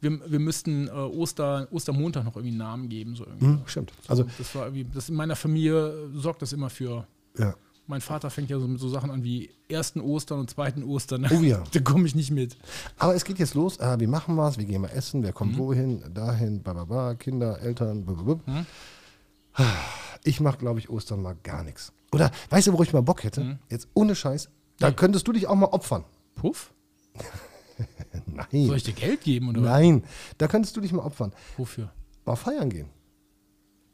wir, wir müssten äh, Oster, Ostermontag noch irgendwie einen Namen geben. So irgendwie.
Hm, stimmt. Also,
Das war irgendwie, das in meiner Familie äh, sorgt das immer für.
ja.
Mein Vater fängt ja so mit so Sachen an wie ersten Ostern und zweiten Ostern.
Oh ja.
da komme ich nicht mit.
Aber es geht jetzt los. Äh, wir machen was, wir gehen mal essen, wer
Mhm.
kommt wohin, dahin, bababa, Kinder, Eltern, bababab.
Mhm.
Ich mache, glaube ich, Ostern mal gar nichts. Oder weißt du, wo ich mal Bock hätte?
Mhm.
Jetzt ohne Scheiß. Da könntest du dich auch mal opfern.
Puff?
Nein.
Soll ich dir Geld geben oder was?
Nein. Da könntest du dich mal opfern.
wofür?
Mal feiern gehen.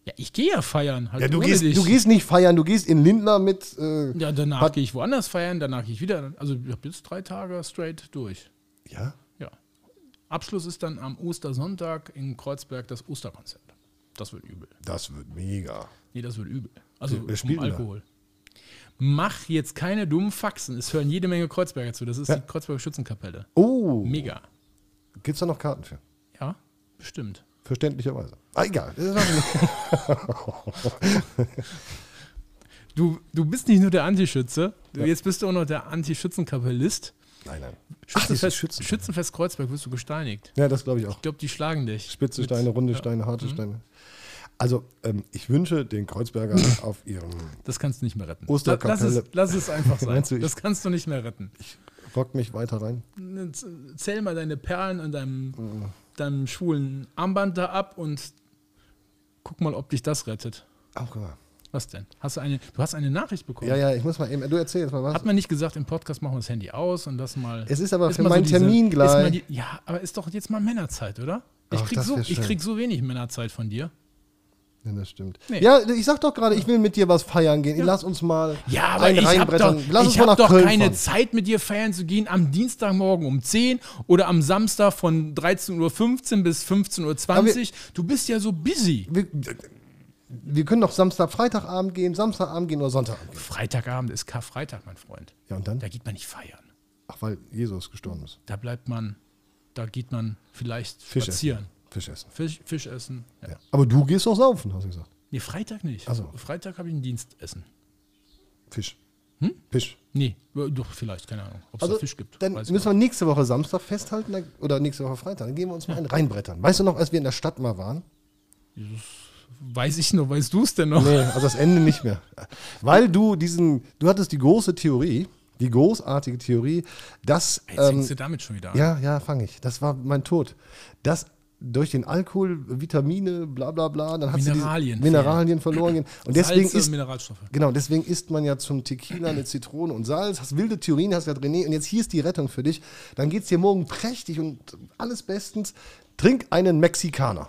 Ja, ich gehe ja feiern. Halt
Ja, du,
ohne
gehst,
dich.
du gehst nicht feiern, du gehst in Lindner mit. Äh,
Ja, danach
Hat-
gehe ich woanders feiern, danach gehe ich wieder. Also ich habe jetzt drei Tage straight durch.
ja?
Ja. Abschluss ist dann am Ostersonntag in Kreuzberg das Osterkonzert. Das wird übel.
Das wird mega.
Nee, das wird übel. Also
Wer- wer spielt
um
denn da?
Alkohol. Mach jetzt keine dummen Faxen. Es hören jede Menge Kreuzberger zu. Das ist
Ja.
die Kreuzberger Schützenkapelle.
Oh,
Mega.
gibt's da noch Karten für?
Ja, bestimmt.
Verständlicherweise. Ah, egal. Das ist auch-
Du, du bist nicht nur der Antischütze, du, jetzt bist du auch noch der Antischützenkapellist.
nein, nein. Ach, das ist
Schützenfest,
Schützen.
Schützenfest Kreuzberg wirst du gesteinigt.
Ja, das glaube ich auch.
Ich glaube, die schlagen dich.
Spitze
Mit- Mhm.
Steine, runde Steine, harte Steine. Also, ähm, ich wünsche den Kreuzberger auf ihrem
Das kannst du nicht mehr retten.
Osterkapelle.
Lass es, lass es einfach sein.
Meinst du, ich-
das kannst du nicht mehr retten.
Rock mich weiter rein.
Z- Zähl mal deine Perlen an
Mhm.
deinem, deinem schwulen Armband da ab und guck mal, ob dich das rettet.
Auch mal.
Was denn? Hast du eine, du hast eine Nachricht bekommen.
Ja, ja, ich muss mal eben. Du erzähl jetzt mal was.
Hat man nicht gesagt, im Podcast machen wir das Handy aus und das mal.
Es ist aber für
mal
meinen Termin gleich.
Ist mal die, ja, aber ist doch jetzt mal Männerzeit, oder? Ich,
Ach,
krieg,
das
so,
wär
ich
schön.
krieg so wenig Männerzeit von dir.
ja, das stimmt.
Nee.
Ja, ich sag doch gerade, ich will mit dir was feiern gehen. Lass uns mal
Ja, aber
einen
ich habe
reinbrettern.
doch,
Lass uns
ich
mal nach
hab doch
Köln
keine
fahren.
Zeit, mit dir feiern zu gehen am Dienstagmorgen um 10 oder am Samstag von 13.15 Uhr bis 15.20
Aber
Uhr.
wir-
Du bist ja so busy.
Wir, wir können doch Samstag, Freitagabend gehen, Samstagabend gehen oder Sonntagabend gehen.
Freitagabend ist Karfreitag, mein Freund.
Ja, und dann?
Da geht man nicht feiern.
Ach, weil Jesus gestorben ist.
Da bleibt man, da geht man vielleicht
Fisch
spazieren.
essen. Fisch essen.
Fisch, Fisch essen. Ja.
Ja. Aber du gehst doch saufen, hast du gesagt.
Nee, Freitag nicht.
Ach so.
Freitag habe ich ein Dienstessen.
Fisch. Fisch.
Nee, äh, doch, vielleicht, keine Ahnung, ob es da Hm? Fisch gibt.
Also Dann
Weiß ich
müssen wir nächste Woche Samstag festhalten dann- oder nächste Woche Freitag. Dann gehen wir uns mal einen reinbrettern. Weißt du noch, als wir in der Stadt mal waren?
nicht. weiß ich noch, weißt du es denn noch?
Nee, also das Ende nicht mehr. Weil du diesen, du hattest die große Theorie, die großartige Theorie, dass.
Jetzt
Ähm,
fängst du damit schon wieder an.
ja, ja, fange ich. Das war mein Tod. Dass durch den Alkohol Vitamine, bla bla bla, dann hat sie
Mineralien
diese Mineralien verloren. gehen. Und deswegen
Salze,
ist
Mineralstoffe.
Genau, deswegen isst man ja zum Tequila eine Zitrone und Salz, hast wilde Theorien, hast gerade René und jetzt hier ist die Rettung für dich. Dann geht's dir morgen prächtig und alles bestens. Trink einen Mexikaner.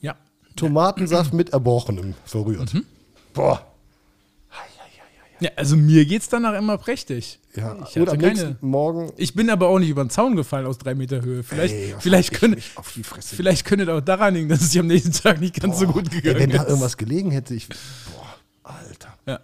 Ja.
Tomatensaft mit Erbrochenem verrührt.
Mhm.
Boah.
ja. Also mir geht's danach immer prächtig.
Ja,
Ich
und
hatte
am
keine.
nächsten Morgen
Ich bin aber auch nicht über den Zaun gefallen aus drei Meter Höhe. Vielleicht,
Ey, was
vielleicht,
hab ich
könnte,
mich auf die Fresse
vielleicht könnte es auch daran liegen, dass es dir am nächsten Tag nicht ganz so gut
Ey,
gegangen
wenn da
ist.
irgendwas gelegen hätte, ich. Boah, Alter.
ja.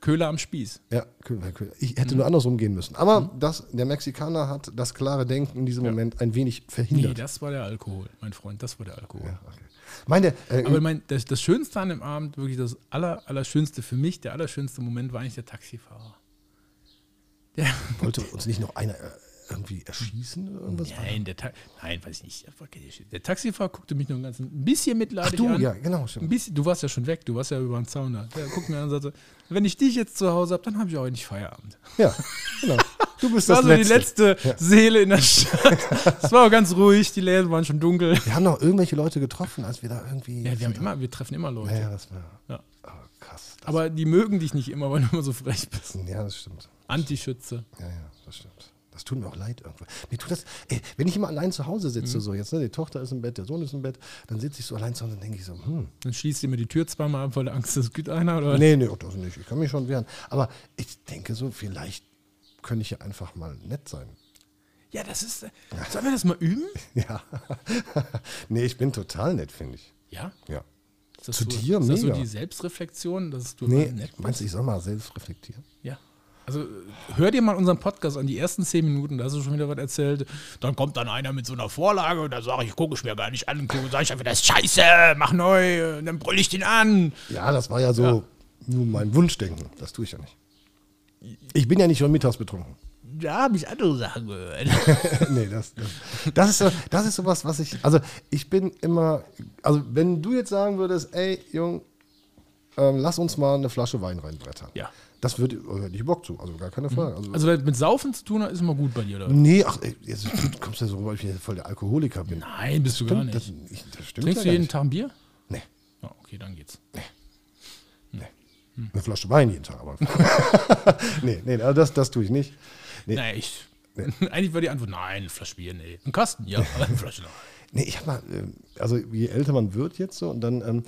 Köhler am Spieß.
Ja, cool, cool. ich hätte
Mhm.
nur andersrum gehen müssen. Aber das, der Mexikaner hat das klare Denken in diesem Moment ein wenig
Nee,
verhindert.
das war der Alkohol, mein Freund, das war der Alkohol.
ja, okay. Meine, äh,
Aber mein, das, das Schönste an dem Abend, wirklich das aller, Allerschönste für mich, der allerschönste Moment war eigentlich der Taxifahrer. Der,
wollte uns nicht noch einer äh, irgendwie erschießen oder irgendwas?
nein, der Ta nein, weiß ich nicht. Das war keine Scheiße. Der Taxifahrer guckte mich nur ein, ganz, ein bisschen mitleidig
Ach du,
an.
ja, genau,
Ein
stimmt.
bisschen, du warst ja schon weg, du warst ja über den Zaun da. Der guckt mir an und sagte, wenn ich dich jetzt zu Hause habe, dann habe ich auch nicht Feierabend.
Ja, genau. Du bist
Das
das
war so
Letzte.
die letzte Seele in der Stadt. es war auch ganz ruhig, die Läden waren schon dunkel.
Wir haben noch irgendwelche Leute getroffen, als wir da irgendwie.
Ja, wir, haben immer, wir treffen immer Leute.
Ja, ja, das war.
Ja.
Oh, krass. Das,
Aber die mögen dich nicht immer, weil du immer so frech bist.
ja, das stimmt.
Antischütze.
Ja, ja, das stimmt. Das tut mir auch leid irgendwo. Mir tut das, ey, wenn ich immer allein zu Hause
Mhm.
sitze, so jetzt, ne, die Tochter ist im Bett, der Sohn ist im Bett, dann sitze ich so allein zu Hause und denke ich so, hm,
Dann schließt ihr mir die Tür zweimal ab, weil du Angst hast, es gibt einer oder
nee, nee, das nicht, ich kann mich schon wehren. Aber ich denke so, vielleicht könnte ich ja einfach mal nett sein.
Ja, das ist. äh, Sollen wir das mal üben?
Ja. nee, ich bin total nett, finde ich.
Ja.
Ja.
Ist das
Zu
so,
dir,
Ist das so
mega.
die Selbstreflexion, dass du
Nee,
mal nett
meinst
bist?
du, ich soll mal selbst reflektieren?
Ja. Also äh, hör dir mal unseren Podcast an, die ersten zehn Minuten, da hast du schon wieder was erzählt. Dann kommt dann einer mit so einer Vorlage und dann sage ich, gucke ich mir gar nicht an, gucke, sage ich einfach, das ist scheiße, mach neu, äh, und dann brüll ich den an.
Ja, das war ja so nur mein Wunschdenken. Das tue ich ja nicht. Ich bin ja nicht schon mittags betrunken.
Da habe ich andere Sachen gehört.
nee, das, das, das, ist so, das ist sowas, was ich. Also, ich bin immer. Also, wenn du jetzt sagen würdest, ey, Jung, ähm, lass uns mal eine Flasche Wein reinbrettern.
Ja.
Das würde äh, hätte ich Bock zu. Also, gar keine Frage. Also,
Also wenn mit Saufen zu tun hat, ist immer gut bei dir, oder?
nee, ach, ey, jetzt du kommst du ja so rüber, weil ich ja voll der Alkoholiker bin.
Nein, bist du gar
Stimmt, das,
nicht.
ich, das stimmt
Trinkst du
ja gar
jeden
nicht.
Tag ein Bier?
Nee,
Ja, okay, dann geht's.
eine Flasche Wein jeden Tag. Aber nee, nee, also das, das tue ich nicht. Nee,
Naja, ich. Eigentlich war die Antwort, nein, eine Flasche Bier, nee. Ein Kasten, ja, aber eine Flasche noch.
Nee, ich hab mal, ähm, also je älter man wird jetzt so und dann. Ähm,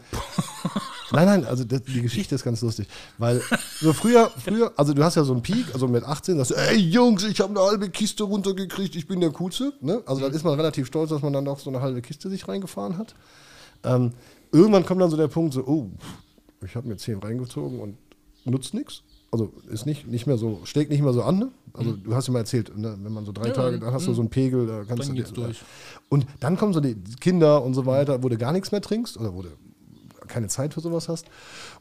nein, nein, also das, die Geschichte ist ganz lustig. Weil so früher, früher, also du hast ja so einen Peak, also mit 18, sagst du, ey Jungs, ich habe eine halbe Kiste runtergekriegt, ich bin der Coolste. Ne? Also dann ist man relativ stolz, dass man dann auch so eine halbe Kiste sich reingefahren hat. Ähm, irgendwann kommt dann so der Punkt, so, oh, pff, ich habe mir 10 reingezogen und nutzt nichts. Also ist nicht, nicht mehr so, schlägt nicht mehr so an. Ne? Also du hast ja mal erzählt, ne? wenn man so drei
Mhm. Ja,
Tage, dann hast du so einen Pegel, da kannst
Dann
du
geht's
dir,
durch.
Und dann kommen so die Kinder und so weiter, wo du gar nichts mehr trinkst oder wo du keine Zeit für sowas hast.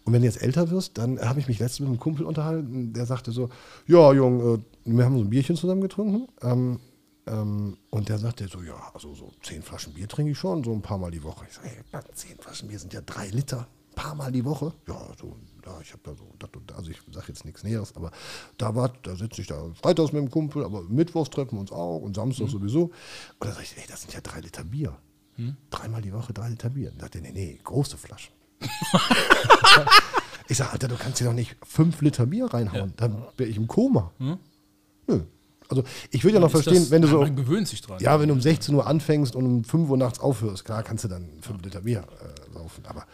Und wenn du jetzt älter wirst, dann habe ich mich letztens mit einem Kumpel unterhalten, der sagte so, ja, Jung, äh, wir haben so ein Bierchen zusammen getrunken. Ähm, ähm, und der sagte so, ja, also so zehn Flaschen Bier trinke ich schon, so ein paar Mal die Woche. Ich sage, ey, zehn Flaschen Bier sind ja drei Liter, ein paar Mal die Woche. Ja, so, ja ich habe da so, dat und da, also ich sage jetzt nichts Näheres, aber da war, da sitze ich da freitags mit dem Kumpel, aber mittwochs treffen wir uns auch und samstags
Mhm.
sowieso. Und dann sage ich, ey, das sind ja drei Liter Bier. Dreimal die Woche drei Liter Bier. Dann sagt er, nee, nee, große Flaschen. Ich sage, Alter, du kannst dir doch nicht fünf Liter Bier reinhauen. Dann wäre ich im Koma. Nö. Also ich würde ja noch
Mhm. Ist
verstehen,
das-
wenn du
Ah,
so.
Man gewöhnt sich dran.
Ja, wenn du um 16 Uhr anfängst und um 5 Uhr nachts aufhörst, klar kannst du dann fünf Liter Bier äh, saufen. Aber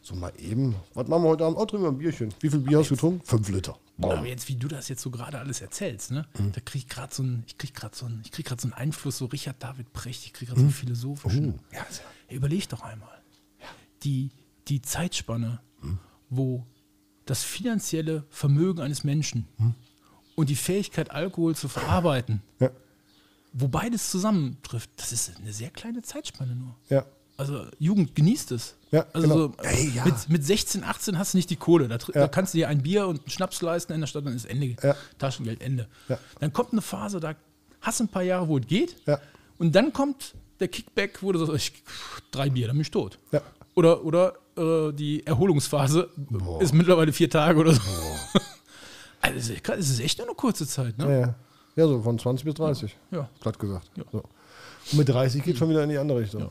so mal eben, was machen wir heute Abend? Oh, trinken wir ein Bierchen. Wie viel Bier hast du getrunken? Fünf Liter.
Aber jetzt, wie du das jetzt so gerade alles erzählst, ne? Da krieg ich gerade so einen, ich krieg gerade so einen, ich krieg gerade so einen Einfluss, so Richard David Precht, ich krieg gerade so einen philosophischen.
Ja, ist ja-
Hey, Überleg doch einmal. Die, die Zeitspanne, wo das finanzielle Vermögen eines Menschen und die Fähigkeit, Alkohol zu verarbeiten,
Ja.
wo beides zusammentrifft, das ist eine sehr kleine Zeitspanne nur.
ja.
Also Jugend genießt es.
Ja,
also
genau.
so,
Ey, ja.
mit, mit 16, 18 hast du nicht die Kohle. Da, tr-
Ja.
da kannst du dir ein Bier und einen Schnaps leisten in der Stadt, dann ist Ende.
Ja.
Taschengeld, Ende.
Ja.
Dann kommt eine Phase, da hast du ein paar Jahre, wo es geht.
Ja.
Und dann kommt der Kickback, wo du sagst, ich, pff, drei Bier, dann bin ich tot.
Ja.
Oder, oder äh, die Erholungsphase ist mittlerweile vier Tage oder so. Also es ist- es ist echt nur eine kurze Zeit. Ne?
Ja, ja. ja, so von 20 bis 30.
Ja.
Platt gesagt. So. Und mit 30 geht schon wieder in die andere Richtung.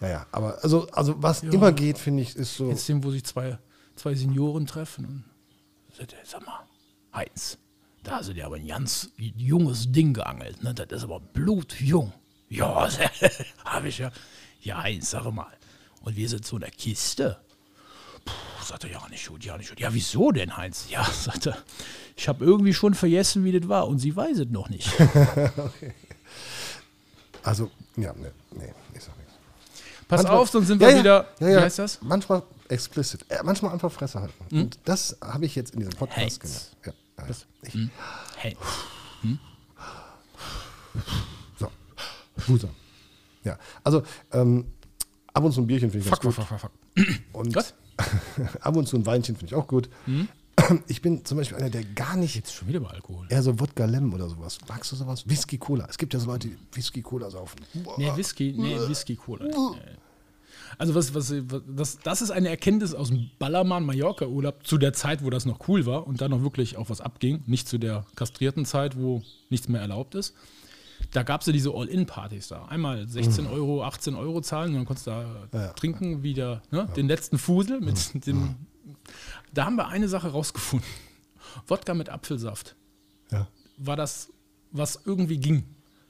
Ja, ja, aber also, also was immer geht, finde ich, ist so.
Jetzt dem, wo sich zwei, zwei Senioren treffen und sagt er, sag mal, Heinz, da hast du dir aber ein ganz junges Ding geangelt, ne? Das ist aber blutjung. Ja, habe ich ja. Ja, Heinz, sag mal. Und wir sind so in der Kiste. Puh, sagt er, ja, nicht gut, ja, nicht gut. Ja, wieso denn, Heinz? Ja, sagt er, ich habe irgendwie schon vergessen, wie das war und sie weiß es noch nicht.
Also, ja, nee, nee, ich sag nichts.
Pass
Manchmal-
auf, sonst sind
Ja,
wir
ja,
wieder,
Ja, ja.
wie heißt das? Hm?
Manchmal explicit. Äh, manchmal einfach Fresse halten. Und das habe ich jetzt in diesem Podcast
Heinz.
gelernt. Ja, ja, ja. Ich,
Hm. Heinz.
so. Guter. Ja, also ähm, ab und zu ein Bierchen finde ich
Fuck,
ganz
fuck,
gut.
fuck, fuck, fuck.
Und
Was?
ab und zu ein Weinchen finde ich auch gut. Ich bin zum Beispiel einer, der gar nicht
Hm? Jetzt schon wieder bei Alkohol.
eher so Wodka Lem oder sowas. Magst du sowas? Whisky Cola. Es gibt ja so Leute, die Whisky Cola saufen. Boah.
Nee, Whisky, nee, Whisky Cola. Nee. Also was, was, was das, das ist eine Erkenntnis aus dem Ballermann Mallorca Urlaub zu der Zeit, wo das noch cool war und da noch wirklich auch was abging, nicht zu der kastrierten Zeit, wo nichts mehr erlaubt ist. Da gab es ja diese All-In-Partys da. Einmal 16 Euro, 18 Euro zahlen und dann konntest du da trinken, wieder ne? den letzten Fusel mit dem. Da haben wir eine Sache rausgefunden. Wodka mit Apfelsaft
Ja.
war das, was irgendwie ging,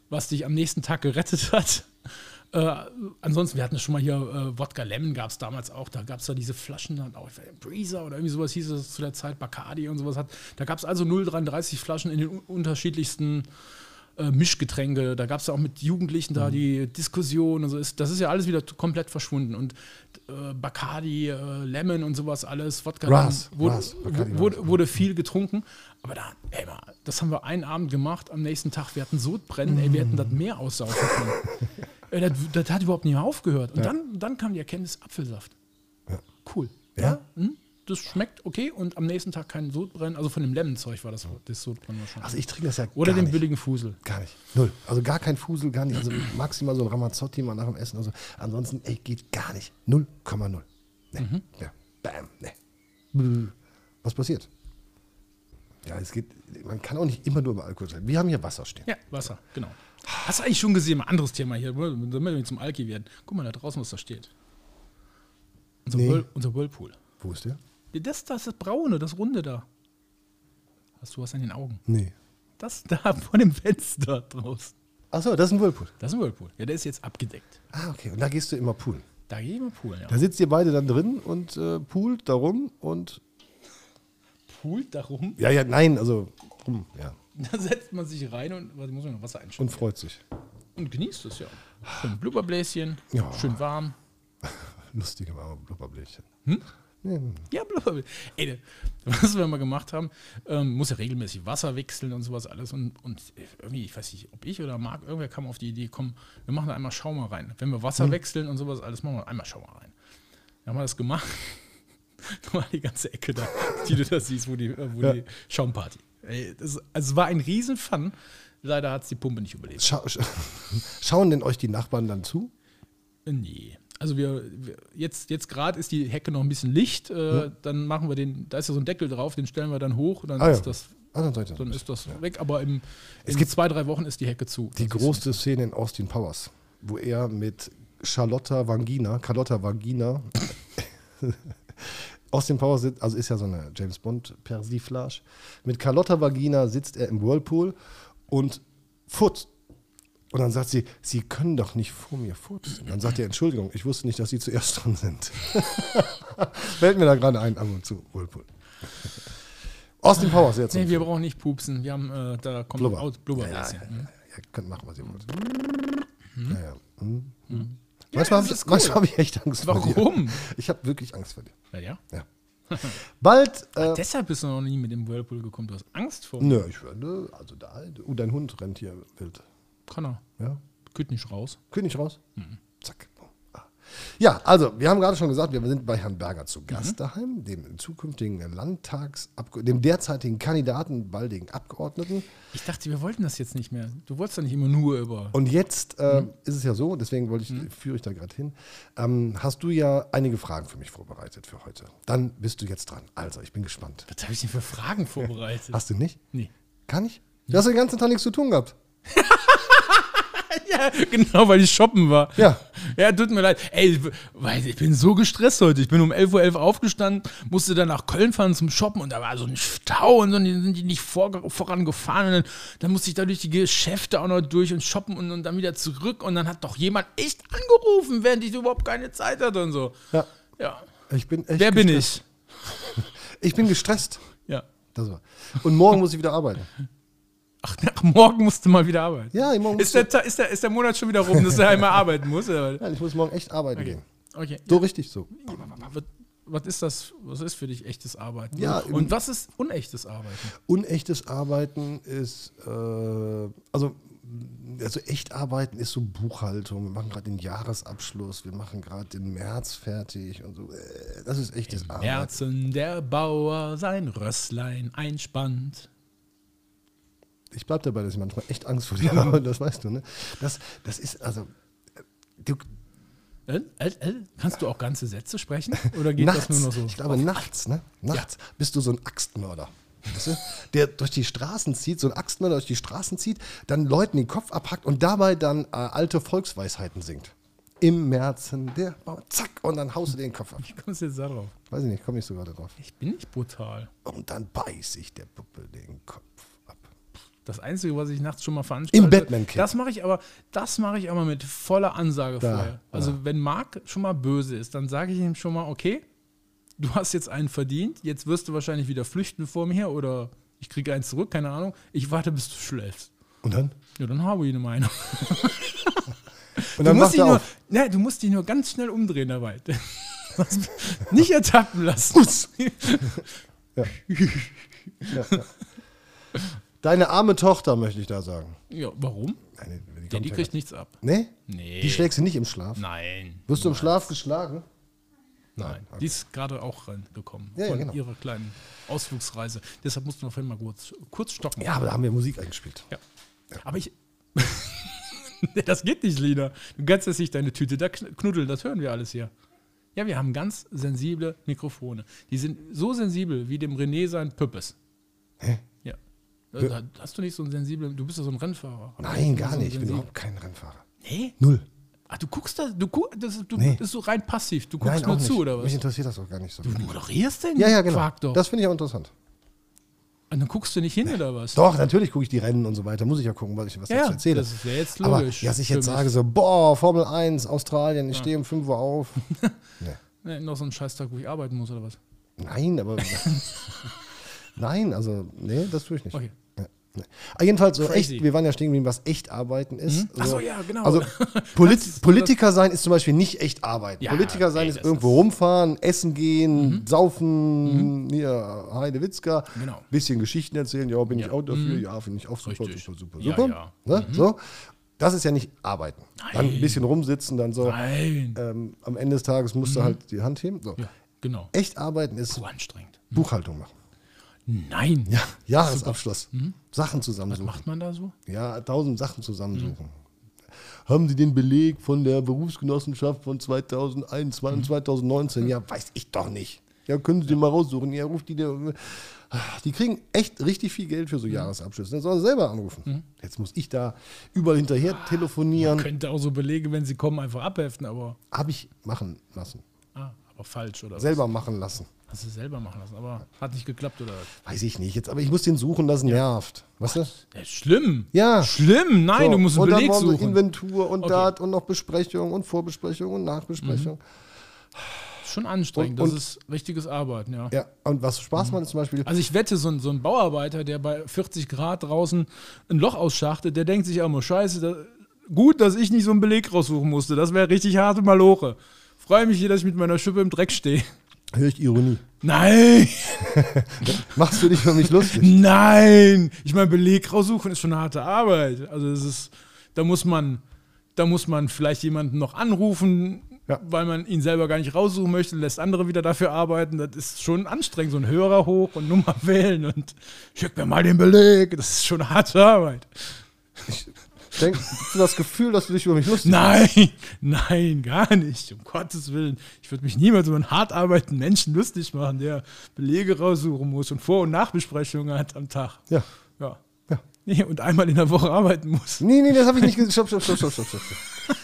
was dich am nächsten Tag gerettet hat. Äh, ansonsten, wir hatten schon mal hier äh, Wodka Lemon gab es damals auch, da gab es da diese Flaschen, dann auch ich weiß nicht, Breezer oder irgendwie sowas hieß es zu der Zeit, Bacardi und sowas hat. Da gab es also 0,33 Flaschen in den un- unterschiedlichsten äh, Mischgetränke. Da gab es ja auch mit Jugendlichen da die Diskussion und so ist. Das ist ja alles wieder t- komplett verschwunden. Und äh, Bacardi, äh, Lemon und sowas alles, Wodka
Ras,
wurde,
Ras, Bacardi
wurde, wurde, wurde viel getrunken. Aber da, ey, mal, das haben wir einen Abend gemacht, am nächsten Tag, wir hatten Sodbrennen, ey, wir hätten das Meer aussaufen können. Ey, das, das hat überhaupt nicht mehr aufgehört. Und dann, dann kam die Erkenntnis, Apfelsaft. Cool.
Ja?
Hm? Das schmeckt okay und am nächsten Tag kein Sodbrennen. Also von dem Lemon-Zeug war das, das Sodbrennen wahrscheinlich.
Also ich trinke das ja
Oder
gar
den
nicht.
billigen Fusel.
Gar nicht. Null. Also gar kein Fusel, gar nicht. Also maximal so ein Ramazzotti mal nach dem Essen. Also ansonsten, ey, geht gar nicht. 0,0. Nee. Ja. Bam. Nee. Bäh. Was passiert? Ja, es geht. Man kann auch nicht immer nur über Alkohol sein. Wir haben hier Wasser stehen.
Ja, Wasser, genau. Hast du eigentlich schon gesehen, mal anderes Thema hier, damit wir zum Alki werden. Guck mal da draußen, was da steht. Unser,
Nee.
Whirl, unser Whirlpool.
Wo ist der?
Das, das ist das braune, das runde da. Hast du was an den Augen?
Nee.
Das da vor dem Fenster draußen.
Achso, das ist ein Whirlpool.
Das ist ein Whirlpool. Ja, der ist jetzt abgedeckt.
Ah, okay. Und da gehst du immer poolen.
Da gehen wir poolen. Ja.
Da sitzt ihr beide dann drin und äh, poolt darum und.
Poolt darum,
Ja, ja, nein, also rum, ja.
da setzt man sich rein und was muss man noch Wasser einschütten.
Und freut sich.
Und, genießt es ja. Schön Blubberbläschen,
Ja.
schön warm.
Lustige Blubberbläschen. hm.
Ja, blablabla. Ey, ne, was wir mal gemacht haben, ähm, muss ja regelmäßig Wasser wechseln und sowas alles. Und, und äh, irgendwie, ich weiß nicht, ob ich oder Marc, irgendwer kam auf die Idee, komm, wir machen da einmal Schaumer rein. Wenn wir Wasser wechseln und sowas alles, machen wir einmal Schaumer rein. Dann haben wir das gemacht. Da war die ganze Ecke da, die du da siehst, wo die, äh, wo die Schaumparty. Ey, das, also es war ein Riesenfun. Leider hat es die Pumpe nicht überlebt.
Scha sch Schauen denn euch die Nachbarn dann zu?
Nee. Also wir, wir jetzt, jetzt gerade ist die Hecke noch ein bisschen licht, äh, dann machen wir den, da ist ja so ein Deckel drauf, den stellen wir dann hoch und dann
Ah,
ist
ja.
das,
Ah, dann seid ihr
dann
so.
ist das weg. Aber im,
Es
in
gibt
zwei, drei Wochen ist die Hecke zu.
die
Das ist
große Szene in Austin Powers, wo er mit Charlotta Vangina, Carlotta Vangina, Austin Powers, sitzt- also ist ja so eine James Bond Persiflage, mit Carlotta Vangina sitzt er im Whirlpool und furzt. Und dann sagt sie, Sie können doch nicht vor mir furzen. Dann sagt er, Entschuldigung, ich wusste nicht, dass Sie zuerst dran sind. Fällt mir da gerade ein, ab und zu, Whirlpool. Austin Powers jetzt.
so. Nee, wir brauchen nicht pupsen. Wir haben, äh, da kommt
Blubber.
Out,
ja, ja,
Blubberbläschen.
ja, ja, ja, könnt machen, was ihr wollt. Ja, ja. Hm.
Mhm. Ja,
manchmal
das
habe ich,
ist cool.
manchmal hab ich echt Angst vor dir.
Warum?
Ich habe wirklich Angst vor dir.
Ja, ja.
Ja. Bald. Äh,
Deshalb bist du noch nie mit dem Whirlpool gekommen. Du hast Angst vor
nö, ich werde. Also da. Oh, dein Hund rennt hier wild.
Connor.
Ja.
Geht nicht raus.
König raus.
Mhm.
Zack. Boom. Ah. Ja, also, wir haben gerade schon gesagt, wir sind bei Herrn Berger zu
Mhm.
Gast daheim, dem zukünftigen Landtagsabgeordneten, dem derzeitigen Kandidaten, baldigen Abgeordneten.
Ich dachte, wir wollten das jetzt nicht mehr. Du wolltest doch nicht immer nur über.
Und jetzt äh,
Mhm.
ist es ja so, deswegen wollte ich, führe ich da gerade hin. Ähm, hast du ja einige Fragen für mich vorbereitet für heute. Dann bist du jetzt dran. Also, ich bin gespannt.
Was habe ich denn für Fragen vorbereitet?
Hast du nicht?
Nee.
Kann ich? Du hast den ganzen Tag nichts zu tun gehabt.
ja, genau, weil ich shoppen war.
Ja.
Ja, tut mir leid. Ey, ich, weiß, ich bin so gestresst heute. Ich bin um 11.11 Uhr aufgestanden, musste dann nach Köln fahren zum Shoppen und da war so ein Stau und so, und die sind die nicht vor, vorangefahren. Und dann, dann musste ich da durch die Geschäfte auch noch durch und shoppen und, und dann wieder zurück. Und dann hat doch jemand echt angerufen, während ich überhaupt keine Zeit hatte und so.
Ja.
Ja.
Ich bin echt
Wer bin
gestresst.
ich?
Ich bin gestresst.
Ja.
Das war. Und morgen muss ich wieder arbeiten.
Ach, nach morgen musst du mal wieder arbeiten.
Ja, ich, morgen muss
Ist der, Ta- ist, der, ist der Monat schon wieder rum, dass er einmal arbeiten muss? oder?
Nein, ich muss morgen echt arbeiten gehen.
Okay.
So richtig so.
Was, was ist das? Was ist für dich echtes Arbeiten?
Ja,
und
im-
was ist unechtes Arbeiten?
Unechtes Arbeiten ist, äh, also, also echt Arbeiten ist so Buchhaltung. Wir machen gerade den Jahresabschluss, wir machen gerade den März fertig und so. Äh, Das ist echtes Arbeiten.
Herzen der Bauer sein Rösslein einspannt.
Ich bleib dabei, dass ich manchmal echt Angst vor dir habe, das weißt du, ne? Das, das ist, also, äh, du,
Äh, äh, äh, kannst du auch ganze Sätze sprechen? Oder geht
nachts,
das nur noch so?
ich glaube nachts, ne? Nachts bist du so ein Axtmörder. Weißt du? Der durch die Straßen zieht, so ein Axtmörder durch die Straßen zieht, dann Leuten den Kopf abhackt und dabei dann äh, alte Volksweisheiten singt. Im Märzen der Bauer, zack, und dann haust du den Kopf ab.
Wie kommst du jetzt darauf?
Weiß ich nicht, komme nicht so gerade drauf.
Ich bin nicht brutal.
Und dann beiß ich der Puppe den Kopf ab.
Das Einzige, was ich nachts schon mal veranstalte.
Im Batman-Kit.
Das mache ich aber, das mache ich aber mit voller Ansage vorher. Also wenn Marc schon mal böse ist, dann sage ich ihm schon mal, okay, du hast jetzt einen verdient, jetzt wirst du wahrscheinlich wieder flüchten vor mir oder ich kriege eins zurück, keine Ahnung. Ich warte, bis du schläfst.
Und dann?
Ja, dann habe ich eine Meinung.
Und
Du
dann
musst,
macht
dich
er
nur,
Äh, auf.
ne, du musst dich nur ganz schnell umdrehen dabei. Nicht ertappen lassen.
Deine arme Tochter, möchte ich da sagen.
ja, warum?
Nein, die- die
Ja,
kommt
die
ja
kriegt nichts ab.
gar- Nee?
Nee.
Die schlägst du nicht im Schlaf.
Nein.
Wirst du im Schlaf geschlagen?
Nein. Die ist gerade auch reingekommen
Ja, ja,
von
genau.
ihrer kleinen Ausflugsreise. Deshalb mussten wir vorhin mal kurz, kurz stocken.
Ja, aber da haben wir Musik eingespielt.
Ja. Aber ich. Nee, das geht nicht, Lina. Du kannst jetzt nicht deine Tüte da kn- knuddeln, das hören wir alles hier. Ja, wir haben ganz sensible Mikrofone. Die sind so sensibel wie dem René sein Püppes. Hä? Ja. Da- da- Hast du nicht so einen sensiblen. Du bist ja so ein Rennfahrer.
Nein, gar
So
nicht. Ich bin
sensibel.
überhaupt kein Rennfahrer.
Nee?
Null.
Ah, du guckst da. Du, gu- das, ist- du
Nee.
das ist so rein passiv. Du guckst
Nein,
nur
auch
zu,
nicht.
oder was?
Mich interessiert das auch gar nicht so.
Du moderierst den
Ja, ja, genau.
Quark doch.
Das finde ich auch interessant.
Und dann guckst du nicht hin, oder was?
Doch, natürlich gucke ich die Rennen und so weiter. Muss ich ja gucken, was ich was
Ja,
dazu
ja,
erzähle.
das wäre jetzt
Aber
logisch
dass ich
für
jetzt
mich.
sage so, boah, Formel 1, Australien, ich stehe um 5 Uhr auf.
Nee, noch so ein Scheißtag, wo ich arbeiten muss, oder was?
Nein, aber... Nein, also, nee, das tue ich nicht.
Okay.
Ja, nee. Ah, jedenfalls so
Crazy. Mhm.
echt, wir waren ja stehen geblieben, was echt arbeiten ist.
Ach so, ja, genau.
Also Polit Politiker sein ist zum Beispiel nicht echt arbeiten.
Ja,
Politiker sein
ey,
ist
das Mhm.
irgendwo rumfahren, essen gehen, saufen, hier Heide Witzka,
Genau. Mhm.
bisschen Geschichten erzählen, ja, bin ich auch dafür, ja, finde ich auch super,
Richtig.
super, super,
Ja,
super.
ja.
Ne?
Mhm.
So. Das ist ja nicht arbeiten. Dann ein bisschen rumsitzen, dann so
Nein. Mhm.
ähm, am Ende des Tages musst du halt die Hand heben. So.
Ja, genau.
Echt arbeiten ist
So anstrengend.
Buchhaltung machen.
Nein. Mhm.
Ja, Jahresabschluss. Sachen zusammensuchen.
Macht Mhm. man da so?
Ja, tausend Sachen zusammensuchen. Haben Sie den Beleg von der Berufsgenossenschaft von 2001,
Mhm.
2019? Ja, weiß ich doch nicht. Ja, können Sie den mal raussuchen. Ja, ruft die. Der, die kriegen echt richtig viel Geld
Mhm.
für so Jahresabschlüsse. Dann sollen sie selber anrufen. Jetzt muss ich da überall hinterher
Ah,
telefonieren.
Könnte auch so Belege, wenn sie kommen, einfach abheften, aber,
Habe ich machen lassen.
ah, aber falsch oder was?
Selber machen lassen.
Hast du selber machen lassen, aber hat nicht geklappt oder was?
Weiß ich nicht. Jetzt, aber ich muss den suchen, das nervt. Weißt du?
Ja, ist schlimm.
Ja.
Schlimm. Nein,
So,
du musst einen
und
Beleg
dann wollen wir
suchen.
Inventur und
Okay.
Dat und noch Besprechung und Vorbesprechung und Nachbesprechung.
Mhm. Schon anstrengend.
Und-
das ist richtiges Arbeiten, ja.
Ja, und was Spaß macht, ist zum Beispiel,
Also ich wette, so ein, so ein Bauarbeiter, der bei 40 Grad draußen ein Loch ausschachtet, der denkt sich immer, scheiße, da, gut, dass ich nicht so einen Beleg raussuchen musste. Das wäre richtig harte Maloche. Freue mich hier, dass ich mit meiner Schippe im Dreck stehe.
höre ich Ironie.
Nein,
Machst du dich für mich lustig?
nein. Ich meine, Beleg raussuchen ist schon harte Arbeit. Also es ist, da muss man, da muss man vielleicht jemanden noch anrufen,
Ja.
weil man ihn selber gar nicht raussuchen möchte, lässt andere wieder dafür arbeiten. Das ist schon anstrengend, so ein Hörer hoch und Nummer wählen und schick mir mal den Beleg. Das ist schon harte Arbeit.
Denk, hast du das Gefühl, dass du dich über mich lustig
Nein, nein, gar nicht. Um Gottes Willen. Ich würde mich niemals über einen hart arbeitenden Menschen lustig machen, der Belege raussuchen muss und Vor- und Nachbesprechungen hat am Tag.
Ja.
Ja.
ja.
Nee, und einmal in der Woche arbeiten muss.
Nee, nee, das habe ich nicht gesagt. Stopp, stopp, stopp, stopp, stopp, stopp. stopp.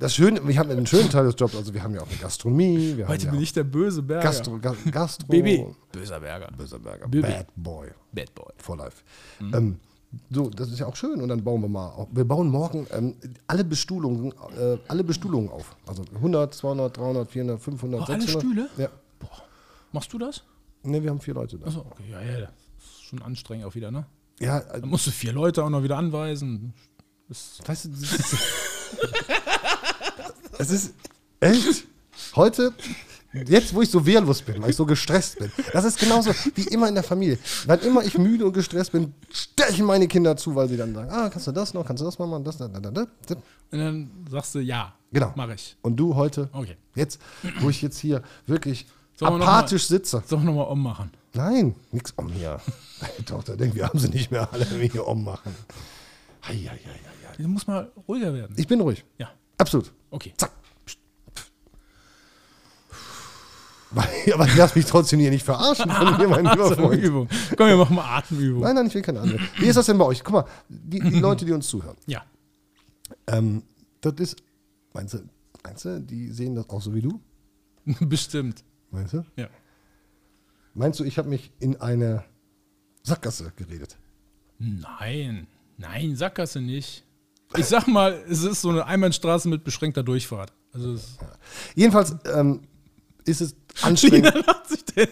Das Schöne, wir haben einen schönen Teil des Jobs. Also wir haben ja auch eine Gastronomie. Wir
Heute
haben
bin
ja
ich der böse Berger.
Gastro, Ga- Gastro.
Baby. Böser Berger.
Böserberger.
Baby.
Bad Boy.
Bad Boy.
For life.
Mhm.
Ähm, so, das ist ja auch schön. Und dann bauen wir mal. auf- Wir bauen morgen ähm, alle Bestuhlungen, äh, alle Bestuhlungen auf. Also 100, 200, 300, 400, 500,
Oh, alle
600.
Stühle?
Ja.
Machst du das?
Ne, wir haben vier Leute da.
Achso, okay, ja, ja. Das ist schon anstrengend auch wieder, ne?
Ja, äh,
Da musst du vier Leute auch noch wieder anweisen. Das
weißt du, das ist, es ist echt heute, jetzt wo ich so wehrlos bin, weil ich so gestresst bin, das ist genauso wie immer in der Familie. Wann immer ich müde und gestresst bin, stechen meine Kinder zu, weil sie dann sagen, ah, kannst du das noch, kannst du das noch machen, das, da, da, da, da.
und dann sagst du, ja,
Genau.
mach ich.
Und du heute,
Okay.
jetzt, wo ich jetzt hier wirklich
Sollen wir noch
apathisch
mal-
sitze.
Soll ich nochmal ummachen?
Nein, nix um hier. Deine Tochter denkt, wir haben sie nicht mehr alle wie hier ummachen. Hei, hei, hei, hei, hei.
Du musst mal ruhiger werden.
Ich bin ruhig.
ja,
Absolut.
okay.
Zack. Aber ich lass mich trotzdem hier nicht verarschen von mir, mein lieber
So,
Freund.
Übung. Komm, wir machen mal Atemübung.
Nein, nein, ich will keine andere. Wie ist das denn bei euch? Guck mal, die, die Leute, die uns zuhören,
Ja.
ähm, das ist, meinst du, meinst du, die sehen das auch so wie du?
Bestimmt.
Meinst du?
Ja.
Meinst du, ich habe mich in eine Sackgasse geredet?
Nein. Nein, Sackgasse nicht. Ich sag mal, es ist so eine Einbahnstraße mit beschränkter Durchfahrt. Also es
Jedenfalls ähm, ist es anstrengend.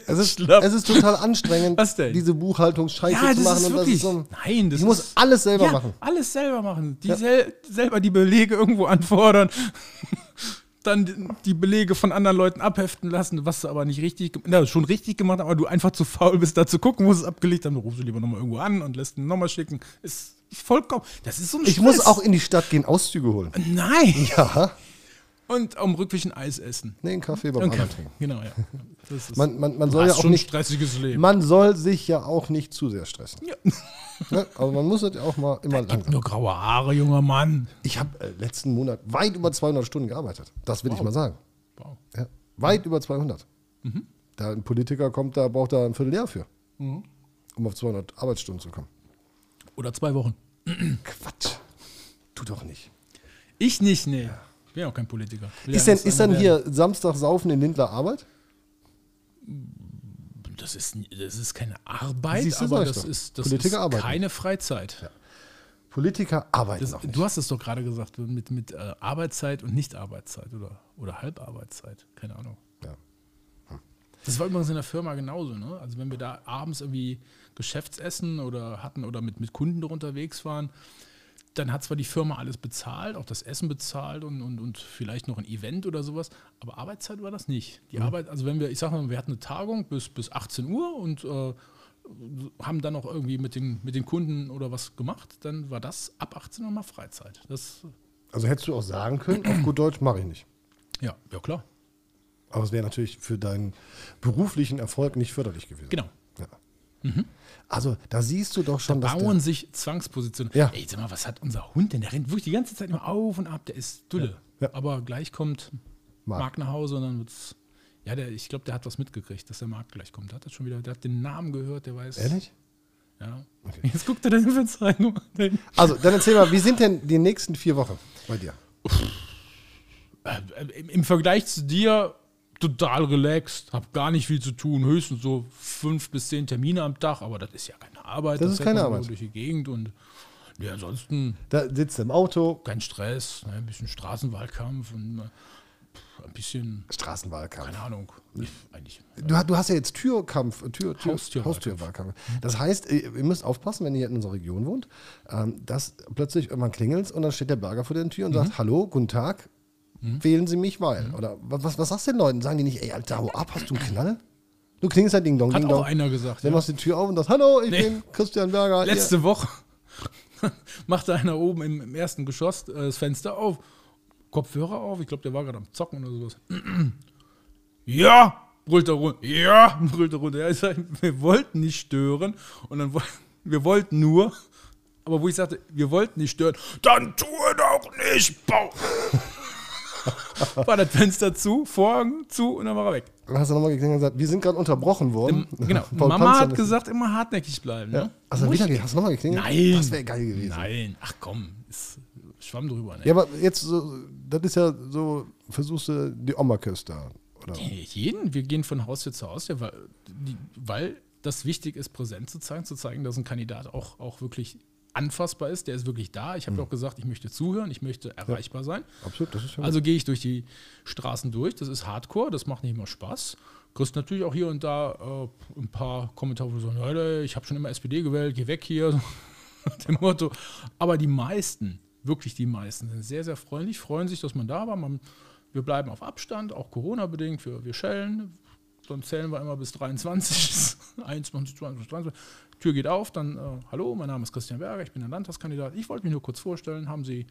Es ist, es ist total anstrengend,
Was denn?
diese Buchhaltungsscheiße
ja,
zu
das
machen.
ist
und das
wirklich.
ist so,
nein, das
ich muss
ist,
alles selber
ja,
machen.
Alles selber machen. Die
Ja.
sel selber die Belege irgendwo anfordern, dann die Belege von anderen Leuten abheften lassen, was du aber nicht richtig, gem- na, schon richtig gemacht, aber du einfach zu faul bist, da zu gucken, wo sie es abgelegt haben. Dann rufst du lieber nochmal irgendwo an und lässt ihn nochmal schicken. Ist vollkommen. Das ist so ein
Ich
Stress.
muss auch in die Stadt gehen, Auszüge holen.
Nein.
Ja,
Und am Rückweg ein Eis essen.
nee, einen Kaffee beim
Und
anderen
Kaffee.
trinken.
Genau, ja. Das ist
Man, man, man,
das
soll ja
ist
auch
schon ein
nicht,
stressiges Leben.
man soll sich ja auch nicht zu sehr stressen.
Ja.
Ne? Also man muss das ja auch mal immer langsam.
Nur graue Haare, junger Mann.
Ich habe äh, letzten Monat weit über 200 Stunden gearbeitet. Das will ich mal sagen.
Wow. Mhm.
Ja, weit über 200. Da ein Politiker kommt, da braucht er ein Vierteljahr für, um auf 200 Arbeitsstunden zu kommen.
Oder zwei Wochen.
Quatsch. Tu doch nicht.
Ich nicht, nee. Ich bin ja auch kein Politiker. Will
Ist
ja
denn,
ganz
ist dann
anderer
hier Samstag saufen in Lindler Arbeit?
werden. Das ist, nie- das ist keine Arbeit,
Siehst du,
aber
sag ich
das
doch.
ist, das
Politiker
ist
arbeiten.
keine Freizeit.
Politiker arbeiten
Das,
noch nicht.
du hast es doch gerade gesagt, mit, mit äh, Arbeitszeit und Nicht-Arbeitszeit oder, oder Halbarbeitszeit. Keine Ahnung.
Ja.
Das war übrigens in der Firma genauso, ne? Also wenn wir da abends irgendwie Geschäftsessen oder hatten oder mit, mit Kunden da unterwegs waren, dann hat zwar die Firma alles bezahlt, auch das Essen bezahlt und, und, und vielleicht noch ein Event oder sowas, aber Arbeitszeit war das nicht. Die Arbeit, also wenn wir, ich sag mal, wir hatten eine Tagung bis, bis 18 Uhr und äh, haben dann noch irgendwie mit den, mit den Kunden oder was gemacht, dann war das ab 18 Uhr mal Freizeit. Das,
Also hättest du auch sagen können, auf gut Deutsch mache ich nicht.
ja, ja klar.
Aber es wäre natürlich für deinen beruflichen Erfolg nicht förderlich gewesen.
Genau. Mhm.
Ja. Also da siehst du doch schon, dass
bauen
der,
sich Zwangspositionen.
Ja.
Ey, sag mal, was hat unser Hund denn? Der rennt wirklich die ganze Zeit immer auf und ab. Der ist Dulle.
Ja. Ja.
Aber gleich kommt
Marc.
Marc, nach Hause und dann wird's. Ja, der, ich glaube, der hat was mitgekriegt, dass der Marc gleich kommt. Der hat das schon wieder, der hat den Namen gehört, der weiß.
Ehrlich?
Ja. Jetzt guckt er da in den Fenster rein. guck mal, der-
Also dann erzähl mal, wie sind denn die nächsten vier Wochen bei dir?
Äh, im, Im Vergleich zu dir total relaxed, hab gar nicht viel zu tun, höchstens so fünf bis zehn Termine am Tag, aber das ist ja keine Arbeit.
Das ist
fährt
keine
man nur
Arbeit.
Durch die Gegend und ja, ansonsten
Da sitzt du im Auto,
kein Stress, ne, ein bisschen Straßenwahlkampf und äh, pff, ein bisschen,
Straßenwahlkampf.
keine Ahnung, ich, eigentlich.
Du, hast- du hast ja jetzt Türkampf, Tür, Tür,
Haustürwahlkampf.
Haustürwahlkampf. Das heißt, äh, ihr ihr müsst aufpassen, wenn ihr hier in unserer Region wohnt, ähm, dass plötzlich irgendwann klingelt und dann steht der Burger vor der Tür und sagt, hallo, guten Tag, wählen Sie mich, weil. Oder was, was, was sagst du den Leuten? Sagen die nicht, ey, Alter, hau ab, hast du einen Knall? Du klingst halt Ding Dong,
Hat
Ding
auch
Dong.
einer gesagt.
Dann
Ja.
machst du die Tür auf und sagst, hallo, ich
Nee.
bin Christian Berger. ihr-
Letzte Woche machte einer oben im, im ersten Geschoss äh, das Fenster auf, Kopfhörer auf, ich glaube, der war gerade am Zocken oder sowas. ja, brüllt er runter, ja, brüllt er runter. Ja, ich sag, wir wollten nicht stören und dann, woll- wir wollten nur, aber wo ich sagte, wir wollten nicht stören, dann tue doch nicht, Bau. war das Fenster zu, Vorhang zu und dann war er weg.
Dann hast du nochmal gesehen und gesagt, wir sind gerade unterbrochen worden.
Genau.
Paul
Mama
Panzer-
hat gesagt, immer hartnäckig bleiben.
Ja.
Ne?
Hast du
Muss
Also wieder, hast du nochmal geklingelt?
Nein.
Das wäre geil gewesen.
Nein, ach komm, ist, schwamm drüber. Ne?
Ja, aber jetzt, so, das ist ja so, versuchst du die Omakös da. Oder?
Jeden, wir gehen von Haustür zu Haustür, weil, die, weil das wichtig ist, präsent zu zeigen, zu zeigen, dass ein Kandidat auch, auch wirklich anfassbar ist, der ist wirklich da. Ich habe ja
Hm.
auch gesagt, ich möchte zuhören, ich möchte erreichbar sein.
Absolut, das ist ja
Also gehe ich durch die Straßen durch, das ist Hardcore, das macht nicht immer Spaß. Kriegst natürlich auch hier und da äh, ein paar Kommentare, wo so, Leute, ich habe schon immer SPD gewählt, geh weg hier, so, nach dem Motto. Aber die meisten, wirklich die meisten, sind sehr, sehr freundlich, freuen sich, dass man da war. Man, wir bleiben auf Abstand, auch Corona-bedingt, wir, wir schellen, dann zählen wir immer bis 23, 21, 22, 23. Tür geht auf, dann, äh, hallo, mein Name ist Christian Berger, ich bin ein Landtagskandidat. Ich wollte mich nur kurz vorstellen. Haben Sie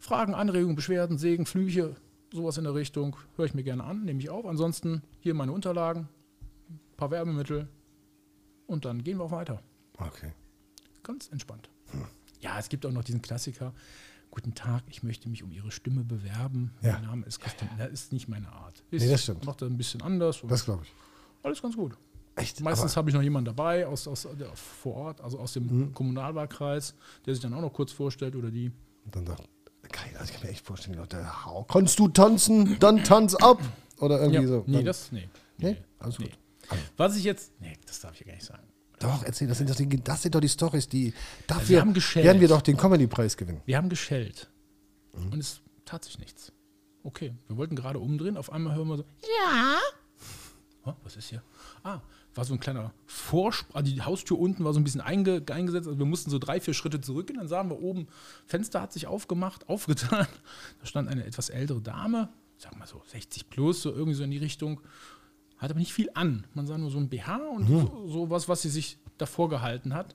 Fragen, Anregungen, Beschwerden, Segen, Flüche, sowas in der Richtung? Höre ich mir gerne an, nehme ich auf. Ansonsten hier meine Unterlagen, ein paar Werbemittel und dann gehen wir auch weiter.
Ah, Okay.
Ganz entspannt. Ja, es gibt auch noch diesen Klassiker. Guten Tag, ich möchte mich um Ihre Stimme bewerben.
Ja.
Mein Name ist Christian. Das ist nicht meine Art. Ich
Nee, das stimmt.
Macht das ein bisschen anders. und-
Das glaube ich.
alles ganz gut.
Echt?
Meistens habe ich noch jemanden dabei aus, aus der, vor Ort, also aus dem
Mhm.
Kommunalwahlkreis, der sich dann auch noch kurz vorstellt oder die.
Und dann sagt, geil, also ich kann mir echt vorstellen, die Leute, hau, kannst du tanzen, dann tanz ab. Oder irgendwie so.
nee,
Dann-
das, nee.
Nee? Ah. Alles gut.
Was ich jetzt, nee, das darf ich ja gar nicht sagen.
Doch, erzähl, das sind doch die, das sind doch die Stories, die. Dafür
haben geschält.
werden wir doch den Comedy-Preis gewinnen.
Wir haben geschellt
Mhm.
und es tat sich nichts. Okay, wir wollten gerade umdrehen, auf einmal hören wir so, ja. Oh, was ist hier? Ah, war so ein kleiner Vorsprung, also die Haustür unten war so ein bisschen einge eingesetzt, also wir mussten so drei, vier Schritte zurückgehen, dann sahen wir oben, Fenster hat sich aufgemacht, aufgetan, da stand eine etwas ältere Dame, sag mal so 60 plus, so irgendwie so in die Richtung, hat aber nicht viel an. Man sah nur so ein BH und so, so was, was sie sich davor gehalten hat.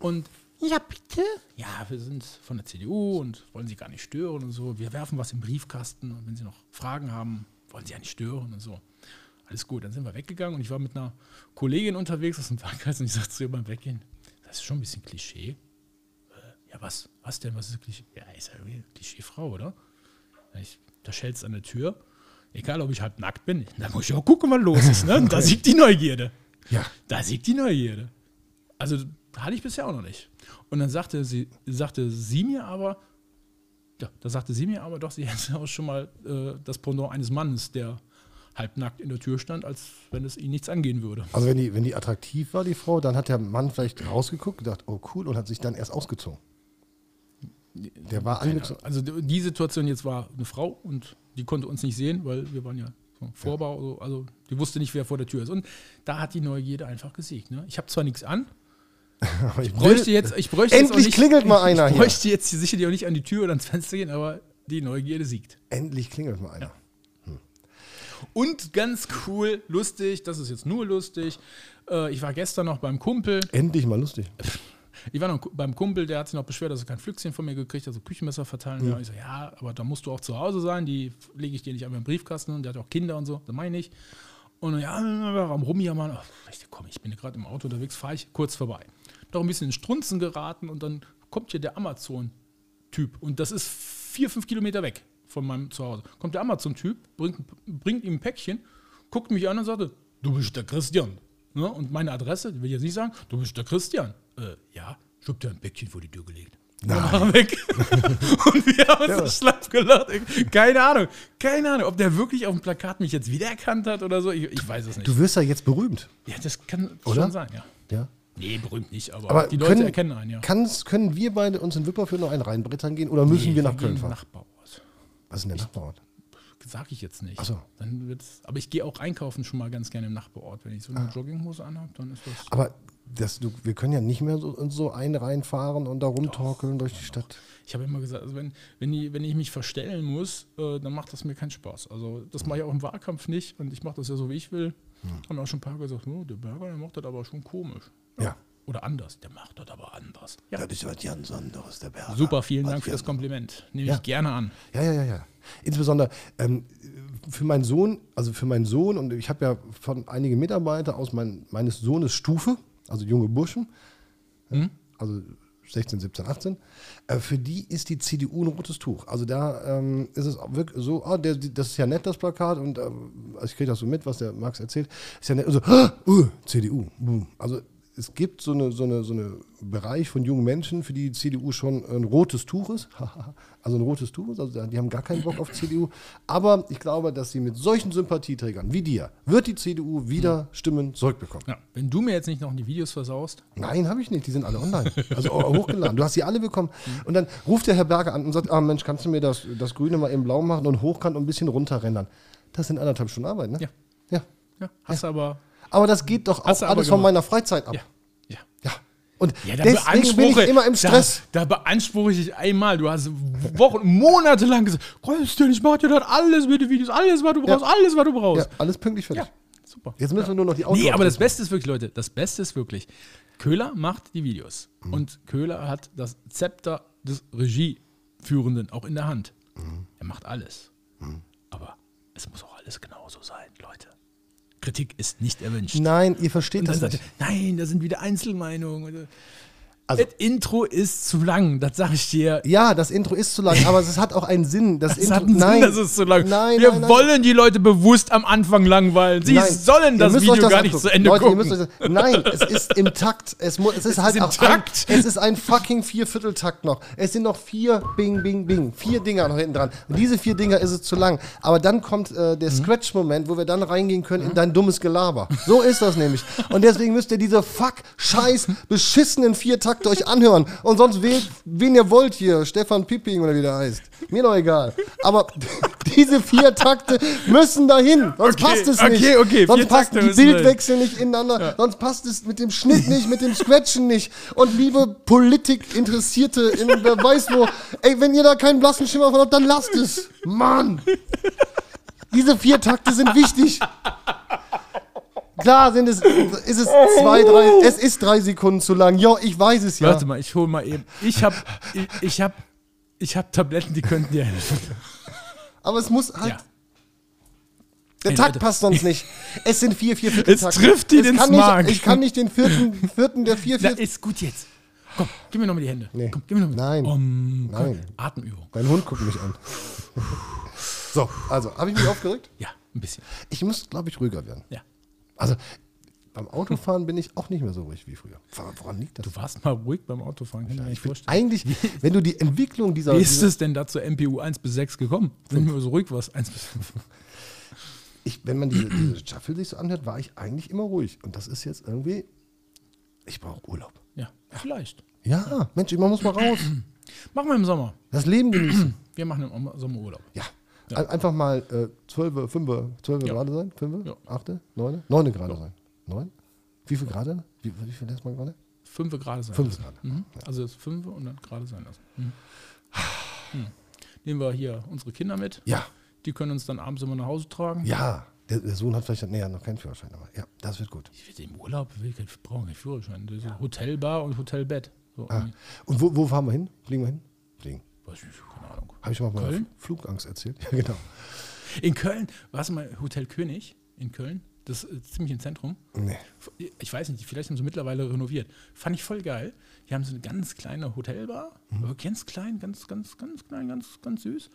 Und ja, bitte? Ja, wir sind von der CDU und wollen sie gar nicht stören und so. Wir werfen was im Briefkasten und wenn sie noch Fragen haben, wollen sie ja nicht stören und so. Alles gut, dann sind wir weggegangen und ich war mit einer Kollegin unterwegs aus dem Wahlkreis und ich sagte zu ihr beim Weggehen, das ist schon ein bisschen Klischee. Äh, Ja, was? Was denn? Was ist Klischee? Ja, ist ja irgendwie Klischeefrau, oder? Ja, Ich, da schellt's an der Tür. Egal, ob ich halb nackt bin, da muss ich auch gucken, was los ist. Ne? Und Da siegt die Neugierde.
Ja.
Da siegt die Neugierde. Also hatte ich bisher auch noch nicht. Und dann sagte sie, sagte sie mir aber, ja, da sagte sie mir aber doch, sie hätte auch schon mal äh, das Pendant eines Mannes, der halbnackt in der Tür stand, als wenn es ihn nichts angehen würde.
Also wenn die, wenn die attraktiv war, die Frau, dann hat der Mann vielleicht rausgeguckt, gedacht, oh cool, und hat sich dann erst ausgezogen. Der war angezogen.
Also d- die Situation jetzt war eine Frau und die konnte uns nicht sehen, weil wir waren ja so im Vorbau, so, also die wusste nicht, wer vor der Tür ist. Und da hat die Neugierde einfach gesiegt. Ne? Ich habe zwar nichts an,
Aber ich
bräuchte
will-
jetzt, ich bräuchte
Endlich
jetzt auch nicht,
klingelt mal einer
Ich
hier.
bräuchte jetzt hier sicherlich auch nicht an die Tür oder ans Fenster gehen, aber die Neugierde siegt.
Endlich klingelt mal einer.
Und ganz cool, lustig, das ist jetzt nur lustig. Äh, ich war gestern noch beim Kumpel.
Endlich mal lustig.
Ich war noch beim Kumpel, der hat sich noch beschwert, dass er kein Flüchtzchen von mir gekriegt hat, so Küchenmesser verteilen. Ja. Ich so, ja, aber da musst du auch zu Hause sein, die lege ich dir nicht einfach im Briefkasten und der hat auch Kinder und so, das meine ich. Und ja, am Rumjammern, Ach, ich so, komm, ich bin gerade im Auto unterwegs, fahre ich kurz vorbei. Noch ein bisschen in Strunzen geraten und dann kommt hier der Amazon-Typ und das ist vier, fünf Kilometer weg von meinem Zuhause. Kommt der Amazon-Typ, bringt, bringt ihm ein Päckchen, guckt mich an und sagte, du bist der Christian. Ne? Und meine Adresse, die will ich jetzt nicht sagen, du bist der Christian. Äh, ja, ich hab dir ein Päckchen vor die Tür gelegt. Dann war er weg. und wir haben uns so schlapp gelacht. Keine Ahnung, keine Ahnung, ob der wirklich auf dem Plakat mich jetzt wiedererkannt hat oder so. Ich, ich weiß es nicht.
Du wirst ja jetzt berühmt,
ja, das kann
Oder?
schon sein, ja.
ja?
Nee, berühmt nicht, aber,
Aber
die Leute
können,
erkennen einen, ja.
kann's- können wir beide uns in Wipperfürth noch einen reinbrettern gehen oder müssen wir nach Köln fahren?
Hm, Nachbarort.
Was ist denn der Nachbarort?
Sag ich jetzt nicht.
Ach so.
Dann wird's, aber ich gehe auch einkaufen schon mal ganz gerne im Nachbarort. Wenn ich so eine Jogginghose anhabe, dann ist das.
Aber das, du, wir können ja nicht mehr so, uns so ein reinfahren und da rumtorkeln durch die Stadt.
Ich habe immer gesagt, also wenn, wenn, die, wenn ich mich verstellen muss, äh, dann macht das mir keinen Spaß. Also das mache ich auch im Wahlkampf nicht und ich mache das ja so, wie ich will. Haben ja auch schon ein paar gesagt, oh, der Berger, der macht das aber schon komisch.
Ja.
Oder anders. Der macht das aber anders. Ja.
Das ist was ganz anderes, der Berg.
Super, vielen Dank für das Kompliment. Nehme
Ja.
ich gerne an.
Ja, ja, ja, ja. Insbesondere ähm, für meinen Sohn, also für meinen Sohn und ich habe ja von einigen Mitarbeitern aus mein, meines Sohnes Stufe, also junge Burschen, also 16, 17, 18, äh, für die ist die CDU ein rotes Tuch. Also da ähm, ist es auch wirklich so, ah, der, die- das ist ja nett, das Plakat, und ähm, also ich kriege das so mit, was der Max erzählt, ist ja nett, also, ah, uh, CDU. uh. Also es gibt so einen so eine, so eine Bereich von jungen Menschen, für die CDU schon ein rotes Tuch ist. also ein rotes Tuch ist, also die haben gar keinen Bock auf CDU. Aber ich glaube, dass sie mit solchen Sympathieträgern wie dir, wird die CDU wieder Stimmen zurückbekommen.
Ja, wenn du mir jetzt nicht noch in die Videos versaust,
Nein, habe ich nicht. Die sind alle online. Also ho- hochgeladen. Du hast die alle bekommen. Und dann ruft der Herr Berger an und sagt: Ah, Mensch, kannst du mir das, das Grüne mal eben blau machen und hochkant und ein bisschen runterrendern? Das sind anderthalb Stunden Arbeit, ne?
Ja.
Ja.
ja, hast du aber.
Aber das geht doch auch
Hast du aber
alles von
gemacht.
meiner Freizeit ab.
Ja. Ja.
Ja. Und
Ja, da
deswegen bin ich
beanspruche-
immer im Stress.
Da, da beanspruche ich einmal. Du hast Wochen, Monate lang gesagt, Christian, ich mach dir das alles mit den Videos, alles, was du brauchst, alles, was du
Ja,
brauchst.
alles pünktlich fertig.
Ja, super.
Jetzt müssen wir nur noch die Autos.
Nee, aber das Beste ist wirklich, Leute, das Beste ist wirklich, Köhler macht die Videos.
Mhm.
Und Köhler hat das Zepter des Regieführenden auch in der Hand.
Mhm.
Er macht alles. Aber es muss auch alles genauso sein, Leute. Kritik ist nicht erwünscht.
Nein, ihr versteht
Und dann
das
sagt er,
nicht.
nein, da sind wieder Einzelmeinungen.
Also-
das Intro ist zu lang, das sage ich dir.
Ja, das Intro ist zu lang, aber es hat auch einen Sinn. Das,
Es
Intro,
hat einen
nein,
Sinn, dass es zu lang
Nein,
Wir
nein, nein.
wollen die Leute bewusst am Anfang langweilen. Sie
Nein.
sollen
Ihr
das
müsst
Video
euch
gar nicht
angucken.
zu Ende
Leute, ihr
gucken.
müsst euch das, nein, es ist im Takt. Es, mu- es ist halt
ist im
auch
Takt.
Ein, es ist ein fucking Viervierteltakt noch. Es sind noch vier Bing, Bing, Bing. Vier Dinger noch hinten dran. Und diese vier Dinger ist es zu lang. Aber dann kommt äh,
Mhm.
der Scratch-Moment, wo wir dann reingehen können in dein dummes Gelaber. So ist das nämlich. Und deswegen müsst ihr diese fuck, scheiß, beschissenen vier Takte euch anhören. Und sonst wählt, wen ihr wollt hier. Stefan Pipping oder wie der heißt. Mir doch egal. Aber diese vier Takte müssen dahin. Sonst
Okay,
passt es
okay,
nicht.
okay, vier
Sonst passt
Takte
die
müssen dahin.
Bildwechsel wechsel nicht ineinander, sonst passt es mit dem Schnitt nicht, mit dem Scratchen nicht. Und liebe Politik-Interessierte in wer weiß wo, ey, wenn ihr da keinen blassen Schimmer von habt, dann lasst es. Mann! Diese vier Takte sind wichtig. Klar sind es, ist es zwei, drei, es ist drei Sekunden zu lang. Ja, ich weiß es ja.
Warte mal, ich hole mal eben. Ich habe ich, ich hab, ich hab Tabletten, die könnten dir helfen.
Aber es muss halt,
Ja.
Der
Ey,
Takt
Leute.
passt sonst nicht. Es sind vier, vier Viertel
Es trifft ihn
Es
ins
kann nicht-
Mark.
Ich kann nicht den vierten, vierten der vier,
Na,
vier,
ist gut jetzt. Komm, gib mir nochmal die Hände.
Nee.
Komm, gib mir noch mal-
Nein.
Um, komm,
Nein.
Atemübung.
Mein Hund guckt mich an. So, also, habe ich mich aufgeregt?
Ja, ein bisschen.
Ich muss, glaube ich, ruhiger werden.
Ja.
Also, beim Autofahren bin ich auch nicht mehr so ruhig wie früher. Wor- Woran liegt das?
Du warst mal ruhig beim Autofahren, kann ich mir nicht vorstellen.
Eigentlich, wenn du die Entwicklung dieser.
Wie ist
dieser
es denn da zur MPU 1 bis 6 gekommen? Wenn du so ruhig warst, 1 bis 5.
ich, wenn man diese, diese Shuffle sich so anhört, war ich eigentlich immer ruhig. Und das ist jetzt irgendwie. Ich brauche Urlaub.
Ja, vielleicht.
Ja, Mensch, man muss mal raus.
Machen wir im Sommer.
Das Leben genießen.
Wir machen im Sommer Urlaub.
Ja. Ein- Einfach mal äh, 12, 5, 12
Ja.
gerade sein, 5,
Ja.
8, 9, 9 gerade sein. 9? Wie viel gerade? Wie, wie viel lässt man gerade?
Fünfe gerade sein.
Fünf
lassen.
gerade.
Mhm. Also das Fünfe und dann gerade sein lassen. Mhm. Mhm. Nehmen wir hier unsere Kinder mit.
Ah. Ja.
Die können uns dann abends immer nach Hause tragen.
Ja, der, der Sohn hat vielleicht nee, er hat noch keinen Führerschein, aber ja, das wird gut.
Ich will den Urlaub, will kein, brauchen keinen Führerschein. Das ist Hotelbar und Hotelbett. So,
Ah.
irgendwie.
Und wo, wo fahren wir hin? Fliegen wir hin? Fliegen.
Weiß nicht, keine Ahnung.
Habe ich schon mal von der
Köln?
Flugangst erzählt? Ja, genau.
In Köln, warst du mal Hotel König in Köln? Das ist ziemlich im Zentrum.
Nee.
ich weiß nicht, vielleicht haben sie mittlerweile renoviert. Fand ich voll geil. Die haben so eine ganz kleine Hotelbar, aber ganz klein, ganz, ganz, ganz klein, ganz, ganz süß.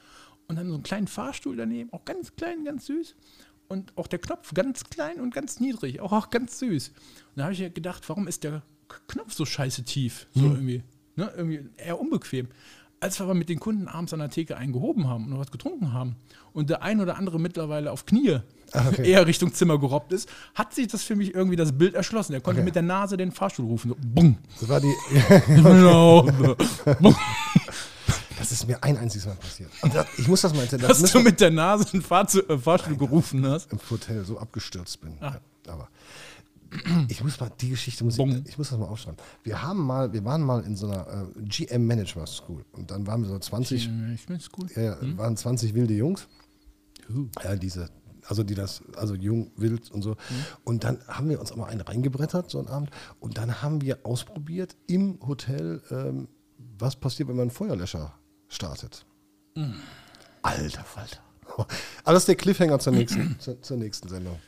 Und dann so einen kleinen Fahrstuhl daneben, auch ganz klein, ganz süß. Und auch der Knopf ganz klein und ganz niedrig, auch, auch ganz süß. Und da habe ich ja gedacht, warum ist der K- Knopf so scheiße tief? So irgendwie, ne? irgendwie eher unbequem. Als wir aber mit den Kunden abends an der Theke eingehoben haben und noch was getrunken haben und der ein oder andere mittlerweile auf Knie
Okay.
eher Richtung Zimmer gerobbt ist, hat sich das für mich irgendwie das Bild erschlossen. Er konnte
Okay.
mit der Nase den Fahrstuhl rufen. So, bumm.
Das war die.
Genau. Bumm.
Das ist mir ein einziges Mal passiert. Und das, ich muss das mal erzählen, das
Dass
müssen
du mit der Nase den Fahrstuhl, äh, Fahrstuhl gerufen hast.
wir im Hotel so abgestürzt bin.
Ah.
Ja, Aber ich muss mal die Geschichte muss
Bung.
ich, ich muss das mal aufschreiben. Wir haben mal, wir waren mal in so einer äh, GM Management School und dann waren wir so 20
Äh, Ich bin cool. Hm? Uh.
Ja, ja, waren 20 wilde Jungs. Ja, diese, also die das, also jung, wild und so.
Hm.
Und dann haben wir uns auch mal einen reingebrettert, so einen Abend. Und dann haben wir ausprobiert im Hotel, ähm, was passiert, wenn man einen Feuerlöscher startet.
Hm.
Alter Falter. Aber das ist der Cliffhanger zur nächsten, zur, zur nächsten Sendung.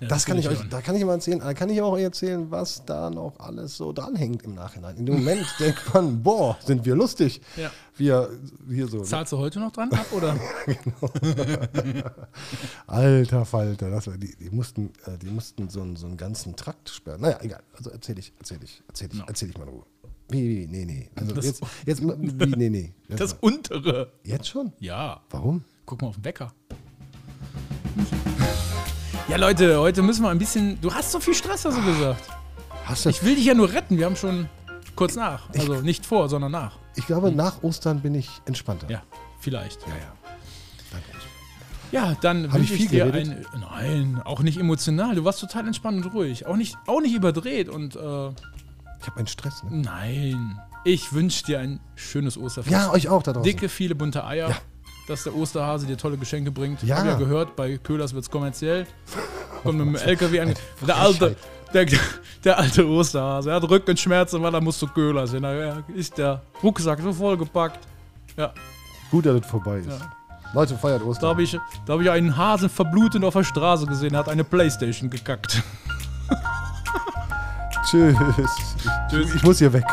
das kann
will
ich
ich
euch,
hören.
da kann ich mal erzählen, da kann ich auch erzählen, was da noch alles so dranhängt im Nachhinein. In dem Moment denkt man, boah, sind wir lustig.
Ja.
Wir, wir so. ne?
Zahlst du heute noch dran ab oder?
Alter Falter, das war, die, die mussten, äh, die mussten so, einen, so einen ganzen Trakt sperren. Naja, egal. Also erzähl ich, erzähl ich, erzähl ich,
No.
erzähl ich mal in Ruhe. Wie, wie, nee, nee. Also
Das-
jetzt, jetzt, wie, nee, nee. Jetzt,
Das
mal.
untere.
jetzt schon?
Ja.
Warum?
Guck mal auf den Wecker. Ja, Leute, heute müssen wir ein bisschen. Du hast so viel Stress, hast du gesagt.
Hast du, ich,
Ich will dich ja nur retten. Wir haben schon kurz nach. Also nicht vor, sondern nach.
glaube, nach Ostern bin ich entspannter.
Hm. Ja, vielleicht.
ja. ja. Danke.
Ja, dann
Hab
wünsche
ich
ich
viel
dir ein.
geredet?
Nein, auch nicht emotional. Du warst total entspannt und ruhig. Auch nicht, auch nicht überdreht und äh,
Ich habe einen Stress,
Hm.
ne?
nein. Ich wünsche dir ein schönes Osterfest.
Ja, euch auch da draußen.
Dicke, viele bunte Eier.
Ja.
Dass der Osterhase dir tolle Geschenke bringt.
Ja.
Hab ja gehört, bei Köhlers wird's kommerziell. Kommt mit dem LKW an. Der alte, der, der alte Osterhase, er hat Rückenschmerzen, weil er muss zu Köhlers hin. Da ist der Rucksack so vollgepackt. Ja,
Gut, dass es vorbei ist. Leute, feiert Ostern.
da habe ich, da hab ich einen Hasen verblutend auf der Straße gesehen, er hat eine Playstation gekackt.
Tschüss.
Tschüss.
Ich, ich muss hier weg.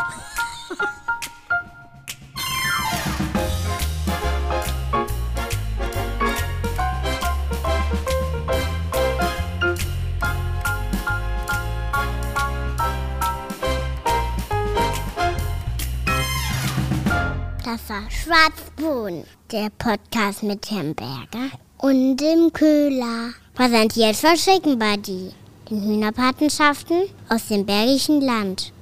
Das war Schwarzbohnen, der Podcast mit Herrn Berger und dem Köhler. Präsentiert von Schickenbuddy in Hühnerpatenschaften aus dem Bergischen Land.